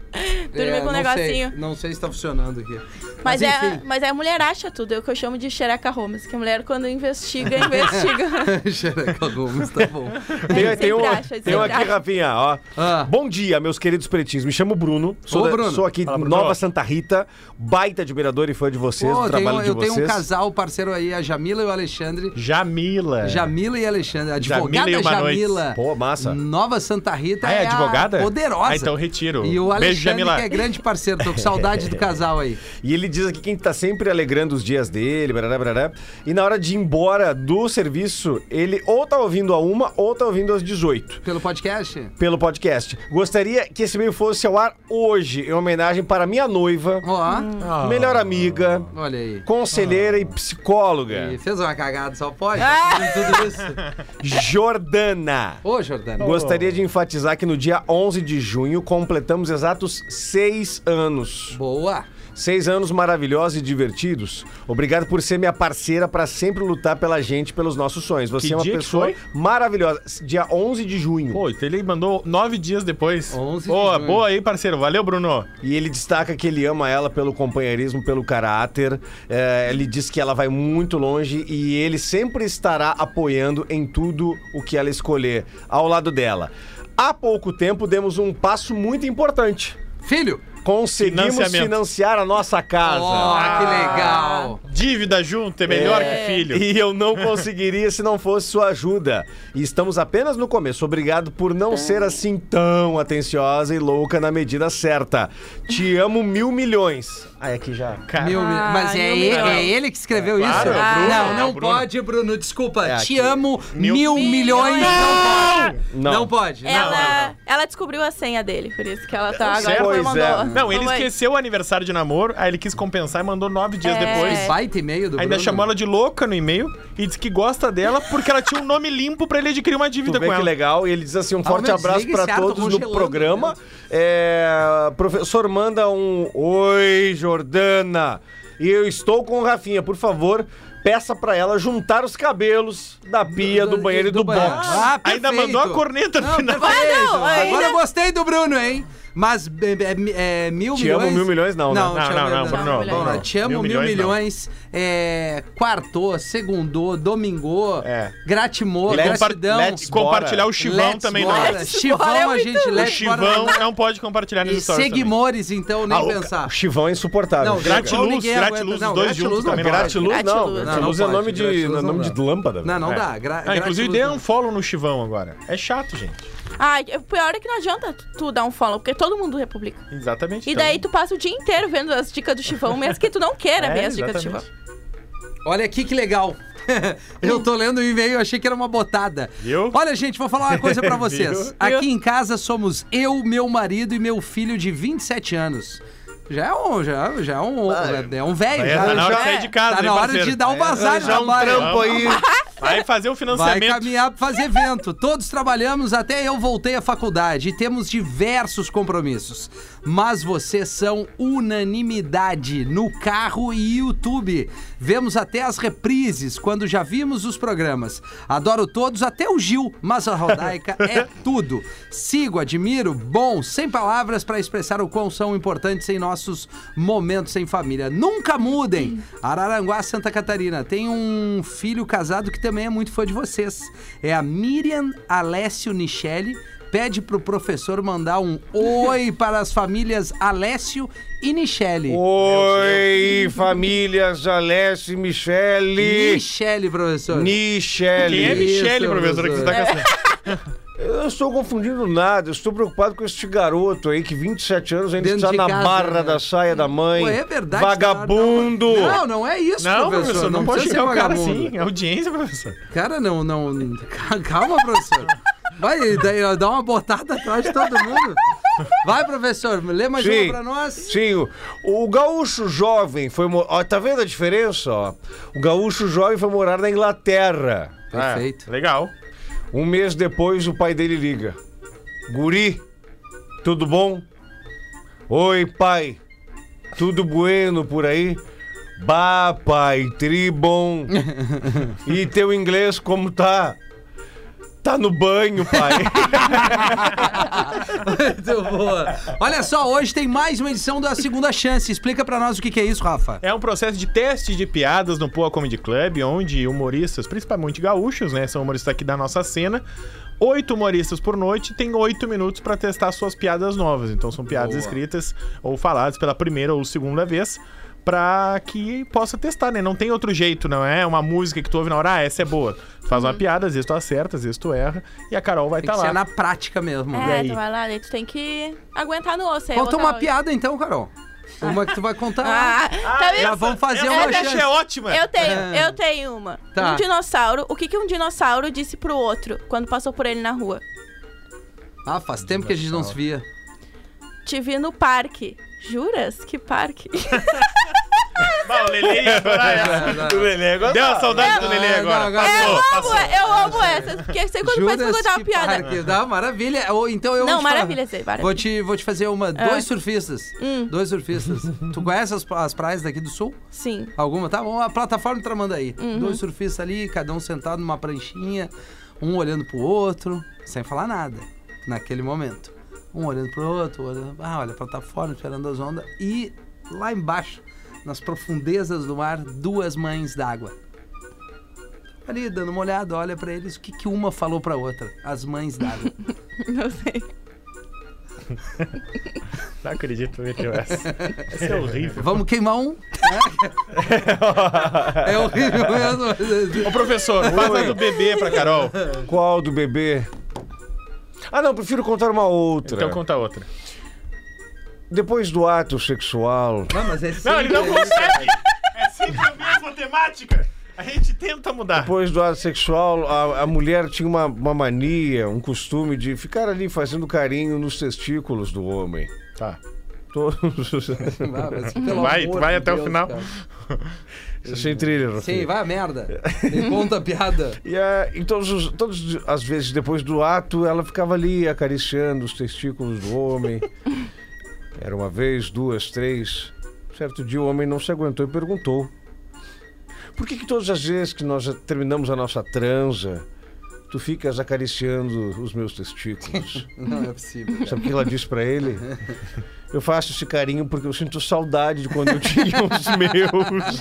Speaker 6: Dormir
Speaker 3: É,
Speaker 6: com
Speaker 3: não
Speaker 6: um negocinho.
Speaker 3: Sei, não sei se tá funcionando aqui.
Speaker 6: Mas, é,
Speaker 3: enfim.
Speaker 6: mas é a mulher acha tudo, é o que eu chamo de xereca Holmes, que a mulher quando investiga, investiga.
Speaker 3: Xereca Gomes, tá bom.
Speaker 4: Tem,
Speaker 6: É,
Speaker 4: tem um,
Speaker 6: sempre acha,
Speaker 4: tem um
Speaker 6: sempre
Speaker 4: aqui,
Speaker 6: acha.
Speaker 4: Rafinha, ó.
Speaker 3: Ah.
Speaker 4: Bom dia, meus queridos pretinhos. Me chamo Bruno. Sou,
Speaker 3: Ô,
Speaker 4: da-
Speaker 3: Bruno.
Speaker 4: sou aqui
Speaker 5: Fala,
Speaker 4: de
Speaker 5: Bruno.
Speaker 4: Nova Santa Rita, baita admirador e fã de vocês,
Speaker 3: Pô,
Speaker 4: do
Speaker 3: eu tenho-
Speaker 4: trabalho de
Speaker 3: eu
Speaker 4: vocês.
Speaker 3: tenho um casal parceiro aí, a Jamila e o Alexandre.
Speaker 5: Jamila.
Speaker 3: Jamila e Alexandre, advogada
Speaker 5: É. Jamila e
Speaker 3: Jamila,
Speaker 5: uma
Speaker 4: Pô, massa.
Speaker 3: Nova Santa Rita
Speaker 5: Ah, é
Speaker 3: é, a
Speaker 5: advogada?
Speaker 3: poderosa.
Speaker 5: Ah, então retiro.
Speaker 3: E o Alexandre
Speaker 5: Beijo, Jamila.
Speaker 3: que é grande parceiro, tô com saudade do casal aí.
Speaker 4: E ele diz aqui quem tá sempre alegrando os dias dele, barará, barará. E na hora de ir embora do serviço, ele ou tá ouvindo a uma ou tá ouvindo às 18.
Speaker 3: Pelo podcast?
Speaker 4: Pelo podcast. Gostaria que esse meio fosse ao ar hoje, em homenagem para minha noiva,
Speaker 3: Ó, Ah.
Speaker 4: melhor amiga,
Speaker 3: olha aí.
Speaker 4: conselheira e psicóloga,
Speaker 3: E fez uma cagada, só pode?
Speaker 6: Ah!
Speaker 3: Tudo isso.
Speaker 4: Jordana.
Speaker 3: Ô, Jordana.
Speaker 4: Gostaria de enfatizar que no dia 11 de junho completamos exatos seis anos.
Speaker 3: Boa.
Speaker 4: Seis anos maravilhosos e divertidos. Obrigado por ser minha parceira para sempre lutar pela gente, pelos nossos sonhos. Você
Speaker 5: Que
Speaker 4: é uma
Speaker 5: dia que
Speaker 4: pessoa
Speaker 5: foi?
Speaker 4: maravilhosa. Dia 11 de junho.
Speaker 5: Pô, então ele mandou nove dias depois.
Speaker 3: 11 de
Speaker 5: boa,
Speaker 3: junho.
Speaker 5: boa aí, parceiro. Valeu, Bruno.
Speaker 4: E ele destaca que ele ama ela pelo companheirismo, pelo caráter. É, ele diz que ela vai muito longe e ele sempre estará apoiando em tudo o que ela escolher ao lado dela. Há pouco tempo demos um passo muito importante.
Speaker 3: Filho.
Speaker 4: Conseguimos
Speaker 5: Financiamento.
Speaker 4: financiar a nossa
Speaker 3: Ó,
Speaker 4: casa.
Speaker 3: que legal.
Speaker 5: Dívida junto é melhor que filho.
Speaker 4: E eu não conseguiria se não fosse sua ajuda. E estamos apenas no começo. Obrigado por não ser
Speaker 3: Tá.
Speaker 4: assim tão atenciosa e louca na medida certa. Te amo mil milhões. Ah, é aqui já.
Speaker 3: Mil mil-
Speaker 6: Ah,
Speaker 3: mas é
Speaker 6: mil
Speaker 3: ele,
Speaker 6: milhões.
Speaker 3: é ele que escreveu
Speaker 5: claro,
Speaker 3: isso?
Speaker 5: é o
Speaker 6: Bruno,
Speaker 3: não,
Speaker 5: é
Speaker 3: não
Speaker 5: o Bruno.
Speaker 3: pode, Bruno. Desculpa.
Speaker 4: É,
Speaker 3: Te
Speaker 4: aqui.
Speaker 3: amo. Mil,
Speaker 5: Mil-
Speaker 3: milhões. Não pode. Não,
Speaker 4: Não.
Speaker 3: pode. não,
Speaker 6: ela,
Speaker 3: não, não.
Speaker 6: ela descobriu a senha dele, por isso que ela tá
Speaker 5: Tá
Speaker 6: agora
Speaker 5: certo.
Speaker 6: foi
Speaker 4: Pois
Speaker 6: mandou.
Speaker 4: é.
Speaker 5: Não, ele
Speaker 6: mandou aí.
Speaker 5: esqueceu o aniversário de namoro, aí ele quis compensar e mandou nove dias
Speaker 6: É.
Speaker 5: depois.
Speaker 3: Que baita e-mail do
Speaker 5: Ainda
Speaker 3: Bruno.
Speaker 5: chamou ela de louca no e-mail e disse que gosta dela porque ela tinha um nome limpo pra ele adquirir uma
Speaker 4: Tu
Speaker 5: dívida
Speaker 4: vê
Speaker 5: com
Speaker 4: que
Speaker 5: ela.
Speaker 4: legal. E ele diz assim: um forte
Speaker 3: Ah, meu,
Speaker 4: abraço
Speaker 3: desliga esse né?
Speaker 4: pra
Speaker 3: ar, tô
Speaker 4: todos no
Speaker 3: congelando
Speaker 4: programa. É, professor, manda um Oi, Jordana. E eu estou com o Rafinha, por favor. Peça pra ela juntar os cabelos da pia, do, banheiro e do, box.
Speaker 3: Ah,
Speaker 5: Ainda
Speaker 3: perfeito.
Speaker 5: mandou a corneta no
Speaker 3: Não,
Speaker 5: final.
Speaker 3: perfeito.
Speaker 6: Ah, não,
Speaker 3: Agora
Speaker 6: ainda-
Speaker 3: eu gostei do Bruno, hein? Mas é, é, é, mil
Speaker 4: Te
Speaker 3: milhões.
Speaker 4: amo mil milhões, não, né?
Speaker 3: Não,
Speaker 5: Não,
Speaker 3: te
Speaker 5: não,
Speaker 3: amo,
Speaker 5: não,
Speaker 6: Bruno, não,
Speaker 3: Vamos lá,
Speaker 5: não.
Speaker 3: Te amo
Speaker 5: Mil
Speaker 3: mil
Speaker 5: milhões, não.
Speaker 3: milhões. É, quartou, segundou, domingou,
Speaker 4: É.
Speaker 3: gratimou,
Speaker 5: um
Speaker 4: Let's-
Speaker 3: gratidão.
Speaker 4: let's
Speaker 5: E compartilhar
Speaker 4: Bora.
Speaker 5: o chivão
Speaker 3: Let's
Speaker 5: também
Speaker 3: bora.
Speaker 5: não.
Speaker 3: Chivão
Speaker 6: Bora, é
Speaker 3: a
Speaker 6: muito
Speaker 3: gente
Speaker 5: O
Speaker 3: leva.
Speaker 5: chivão não pode compartilhar
Speaker 3: E
Speaker 5: nos stories também.
Speaker 3: seguimores, então, nem
Speaker 4: Ah, o-
Speaker 3: pensar.
Speaker 4: O chivão é insuportável.
Speaker 3: Não,
Speaker 4: Chega.
Speaker 5: Gratiluz,
Speaker 3: ninguém aguenta.
Speaker 5: gratiluz,
Speaker 3: Não,
Speaker 5: os dois
Speaker 3: gratiluz
Speaker 5: juntos
Speaker 3: não
Speaker 5: também não
Speaker 3: pode.
Speaker 5: pode.
Speaker 4: Gratiluz, não.
Speaker 6: Gratiluz.
Speaker 4: Gratiluz
Speaker 3: Não,
Speaker 4: é
Speaker 3: não
Speaker 4: nome
Speaker 3: pode.
Speaker 4: de,
Speaker 3: Gratiluz não
Speaker 4: nome
Speaker 3: dá.
Speaker 4: de lâmpada.
Speaker 3: Não, não
Speaker 5: É.
Speaker 3: dá. Gra
Speaker 5: Ah, inclusive
Speaker 3: gratiluz
Speaker 5: dê
Speaker 3: não.
Speaker 5: um follow no chivão agora. É chato, gente.
Speaker 6: Ai, o pior é que não adianta tu dar um follow, porque todo mundo republica.
Speaker 5: Exatamente. então.
Speaker 6: E daí tu né, passa o dia
Speaker 5: É,
Speaker 6: inteiro vendo as dicas do Chivão, mesmo que tu não queira ver as dicas do Chivão.
Speaker 3: Olha aqui que legal. Eu tô lendo o e-mail, achei que era uma botada.
Speaker 5: Viu?
Speaker 3: Olha, gente, vou falar uma coisa pra vocês.
Speaker 5: Viu?
Speaker 3: Aqui em casa somos eu, meu marido e meu filho de 27 anos. Já é um, já, já é um, é um velho.
Speaker 5: Vai,
Speaker 3: já,
Speaker 5: tá na hora de
Speaker 3: já-
Speaker 5: sair de casa,
Speaker 3: Tá
Speaker 5: hein,
Speaker 3: na hora
Speaker 5: parceiro? É,
Speaker 3: de dar um bazar no
Speaker 4: Já um
Speaker 3: trabalho.
Speaker 4: trampo aí.
Speaker 5: Vai fazer o
Speaker 3: Vai
Speaker 5: financiamento.
Speaker 3: caminhar pra fazer evento. Todos trabalhamos, até eu voltei à faculdade e temos diversos compromissos. Mas vocês são unanimidade no carro e YouTube. Vemos até as reprises quando já vimos os programas. Adoro todos, até o Gil, mas a Rodaica é tudo. Sigo, admiro, bom, sem palavras para expressar o quão são importantes em nossos momentos em família. Nunca mudem! Araranguá, Santa Catarina, tem um filho casado que também é muito fã de vocês. É a Miriam Alessio Nichelle. Pede pro professor mandar um oi para as famílias Alessio e Nichelle. um
Speaker 4: Oi, famílias Alessio e Michele.
Speaker 3: Nichelle, professor.
Speaker 5: Quem é
Speaker 4: Michele.
Speaker 5: Michele,
Speaker 3: Isso, É.
Speaker 5: professora, que você tá caçando?
Speaker 4: Eu estou confundindo nada, eu estou preocupado com este garoto aí que 27 anos ainda
Speaker 3: Dentro
Speaker 4: está
Speaker 3: de
Speaker 4: na
Speaker 3: casa,
Speaker 4: barra
Speaker 3: né?
Speaker 4: da saia da mãe.
Speaker 3: Pô, é verdade.
Speaker 4: Vagabundo.
Speaker 3: Não, não é isso,
Speaker 5: Não,
Speaker 3: professor.
Speaker 5: professor, não, pode
Speaker 3: precisa um
Speaker 5: chegar o cara
Speaker 3: vagabundo.
Speaker 5: assim. Audiência, professor.
Speaker 3: Cara, não, não. Calma, professor. Vai, dá- dá uma botada atrás de todo mundo. Vai, professor, lê mais uma um pra nós.
Speaker 4: Sim, o, o gaúcho jovem foi. mo- Ó, tá vendo a diferença? Ó? O gaúcho jovem foi morar na Inglaterra.
Speaker 5: É.
Speaker 3: Perfeito.
Speaker 5: Ah, Legal.
Speaker 4: Um mês depois, o pai dele liga: Guri, tudo bom? Oi, pai, tudo bueno por aí? Bah, pai, tri bom. E teu inglês como tá? Tá no banho, pai.
Speaker 3: Muito boa. Olha só, hoje tem mais uma edição da Segunda Chance. Explica pra nós o que, que é isso, Rafa.
Speaker 5: É um processo de teste de piadas no Poa Comedy Club, onde humoristas, principalmente gaúchos, né? São humoristas aqui da nossa cena. Oito humoristas por noite tem oito minutos pra testar suas piadas novas. Então são piadas escritas ou faladas pela primeira ou segunda vez. Pra que possa testar, né? Não tem outro jeito, não é uma música que tu ouve na hora, ah, essa é boa. Tu faz uma piada, às vezes tu acerta, às vezes tu erra, e a Carol vai
Speaker 3: Tem
Speaker 5: estar
Speaker 3: que
Speaker 5: lá.
Speaker 3: ser na prática mesmo.
Speaker 6: É, tu vai lá, daí tu tem que aguentar no osso. aí
Speaker 3: Conta
Speaker 6: botar
Speaker 3: uma
Speaker 6: o-
Speaker 3: piada então, Carol. Uma que tu vai contar.
Speaker 6: um- Ah, tá
Speaker 3: já
Speaker 6: vendo?
Speaker 3: vamos fazer
Speaker 6: eu
Speaker 3: uma
Speaker 6: vou deixar-
Speaker 3: chance.
Speaker 5: é ótima!
Speaker 6: Eu tenho, eu tenho uma.
Speaker 3: Tá.
Speaker 6: Um dinossauro. O que, que um dinossauro disse pro outro quando passou por ele na rua?
Speaker 3: Ah, faz tempo que a gente não se via.
Speaker 6: Te vi no parque. Juras? Que parque?
Speaker 5: Bah, o Lelê ia adorar essa. O Lelê ia gostar. Deu uma saudade do Lelê
Speaker 3: Ah,
Speaker 5: agora.
Speaker 3: não, agora
Speaker 6: eu
Speaker 5: Passou,
Speaker 6: amo,
Speaker 5: passou.
Speaker 6: eu amo essas. Porque sempre quando pensa
Speaker 3: Juras
Speaker 6: eu contar uma
Speaker 3: que
Speaker 6: piada.
Speaker 3: parque. Dá, maravilha. Ou então eu
Speaker 6: Não,
Speaker 3: vou te falar-
Speaker 6: maravilha, Zé, maravilha. Ah. Hum.
Speaker 3: Vou te, vou te fazer uma. Dois surfistas. Dois surfistas. tu conhece as, as praias daqui do sul?
Speaker 6: Sim.
Speaker 3: Alguma? Tá bom, a plataforma Tramandaí. Dois surfistas ali, cada um sentado numa pranchinha, um olhando pro outro, sem falar nada, naquele momento. Um olhando pro outro, olhando, ah, olha a plataforma, esperando as ondas. E lá embaixo, nas profundezas do mar, duas mães d'água. Ali, dando uma olhada, olha pra eles o que, que uma falou pra outra, as mães d'água.
Speaker 6: Não sei.
Speaker 5: Não acredito que eu essa. Essa é horrível.
Speaker 3: Vamos queimar um? É, é horrível mesmo.
Speaker 5: Ô, professor, faz a do bebê pra Carol.
Speaker 4: Qual do bebê? Ah, não, prefiro contar uma outra.
Speaker 5: Então conta outra.
Speaker 4: Depois do ato sexual.
Speaker 3: Não, mas é
Speaker 5: Não, ele não
Speaker 3: sempre-
Speaker 5: consegue. É sempre a mesma temática. A gente tenta mudar.
Speaker 4: Depois do ato sexual, a, a mulher tinha uma, uma mania, um costume de ficar ali fazendo carinho nos testículos do homem.
Speaker 5: Tá.
Speaker 4: Todos os...
Speaker 3: Ah, mas pelo
Speaker 5: Vai,
Speaker 3: amor
Speaker 5: vai
Speaker 3: de
Speaker 5: até o
Speaker 3: Deus,
Speaker 5: final.
Speaker 3: cara.
Speaker 4: Sem trilha, Rafinha.
Speaker 3: Sim, vai a merda. Me conta a piada.
Speaker 4: E a, em todos os- todas as vezes depois do ato, ela ficava ali acariciando os testículos do homem. Era uma vez, duas, três. Certo dia o homem não se aguentou e perguntou: Por que, que todas as vezes que nós terminamos a nossa transa, tu ficas acariciando os meus testículos?
Speaker 3: Não é possível. cara.
Speaker 4: Sabe o que ela disse pra ele? Eu faço esse carinho porque eu sinto saudade de quando eu tinha os meus.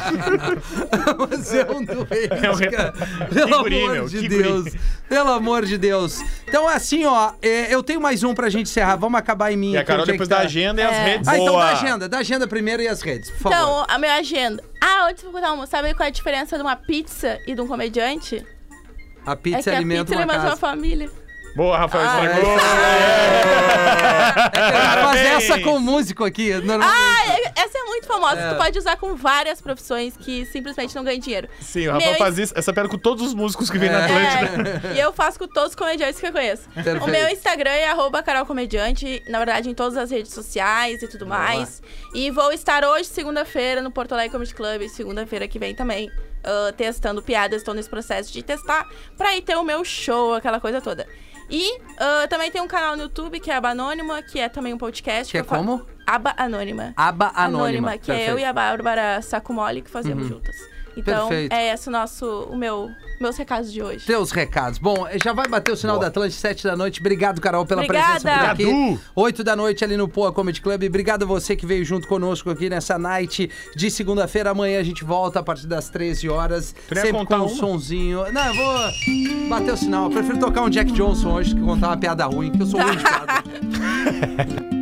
Speaker 3: Mas é um doente,
Speaker 5: um-
Speaker 3: cara.
Speaker 5: Que
Speaker 3: Pelo
Speaker 5: guri,
Speaker 3: amor
Speaker 5: meu,
Speaker 3: de
Speaker 5: que
Speaker 3: Deus.
Speaker 5: guri.
Speaker 3: Pelo amor de Deus. Então, assim, ó, é, eu tenho mais um pra gente encerrar. Vamos acabar em mim.
Speaker 5: E
Speaker 3: que
Speaker 5: a
Speaker 3: eu
Speaker 5: Carol
Speaker 3: tinha
Speaker 5: depois
Speaker 3: que
Speaker 5: da
Speaker 3: tá-
Speaker 5: agenda e as
Speaker 6: É.
Speaker 5: redes.
Speaker 3: Ah, então
Speaker 5: Boa.
Speaker 3: da agenda. Da agenda primeiro e as redes, por favor.
Speaker 6: Então, a minha agenda. Ah, antes de contar uma, sabe qual é a diferença de uma pizza e de um comediante?
Speaker 3: a
Speaker 6: é que
Speaker 3: pizza
Speaker 6: a
Speaker 3: alimenta
Speaker 6: pizza
Speaker 3: uma
Speaker 6: alimenta
Speaker 3: casa.
Speaker 6: uma família.
Speaker 5: Boa, Rafael.
Speaker 3: Ah,
Speaker 5: estragou.
Speaker 3: É que a gente faz
Speaker 5: Parabéns.
Speaker 3: essa com músico aqui. Normalmente.
Speaker 6: Ah, é- essa é muito famosa. Tu pode usar com várias profissões que simplesmente não ganham dinheiro.
Speaker 5: Sim, o
Speaker 6: Meu,
Speaker 5: Rafael
Speaker 6: e-
Speaker 5: faz isso, essa piada com todos os músicos que vêm na Atlântida.
Speaker 6: É, e eu faço com todos os comediantes que eu conheço.
Speaker 3: Perfeito.
Speaker 6: O meu Instagram é arroba carolcomediante, na verdade, em todas as redes sociais e tudo mais. E vou estar hoje, segunda-feira, no Porto Alegre Comedy Club, segunda-feira que vem também, ah, testando piadas. Estou nesse processo de testar pra ir ter o meu show, aquela coisa toda. E ah, também tem um canal no YouTube que é Aba Anônima, que é também um podcast.
Speaker 3: Que é
Speaker 6: eu fa-
Speaker 3: como?
Speaker 6: Aba Anônima.
Speaker 3: Aba anônima. Uhum.
Speaker 6: que é eu e a Bárbara Sacumoli que fazemos juntas. Então,
Speaker 3: Perfeito.
Speaker 6: é esse o nosso, o meu, meus recados de hoje.
Speaker 3: Teus recados. Bom, já vai bater o sinal da Atlântida, 7 da noite. Obrigado, Carol, pela
Speaker 6: Obrigada.
Speaker 3: presença por aqui.
Speaker 5: Obrigado.
Speaker 3: 8 da noite ali no Poa Comedy Club. Obrigado a você que veio junto conosco aqui nessa night de segunda-feira. Amanhã a gente volta a partir das 13 horas.
Speaker 5: Tu não ia
Speaker 3: Sempre com
Speaker 5: contar
Speaker 3: um
Speaker 5: uma?
Speaker 3: sonzinho. Não, eu vou um bater o sinal. Eu prefiro tocar um Jack Johnson hoje que contar uma piada ruim, que eu sou ruim de piada.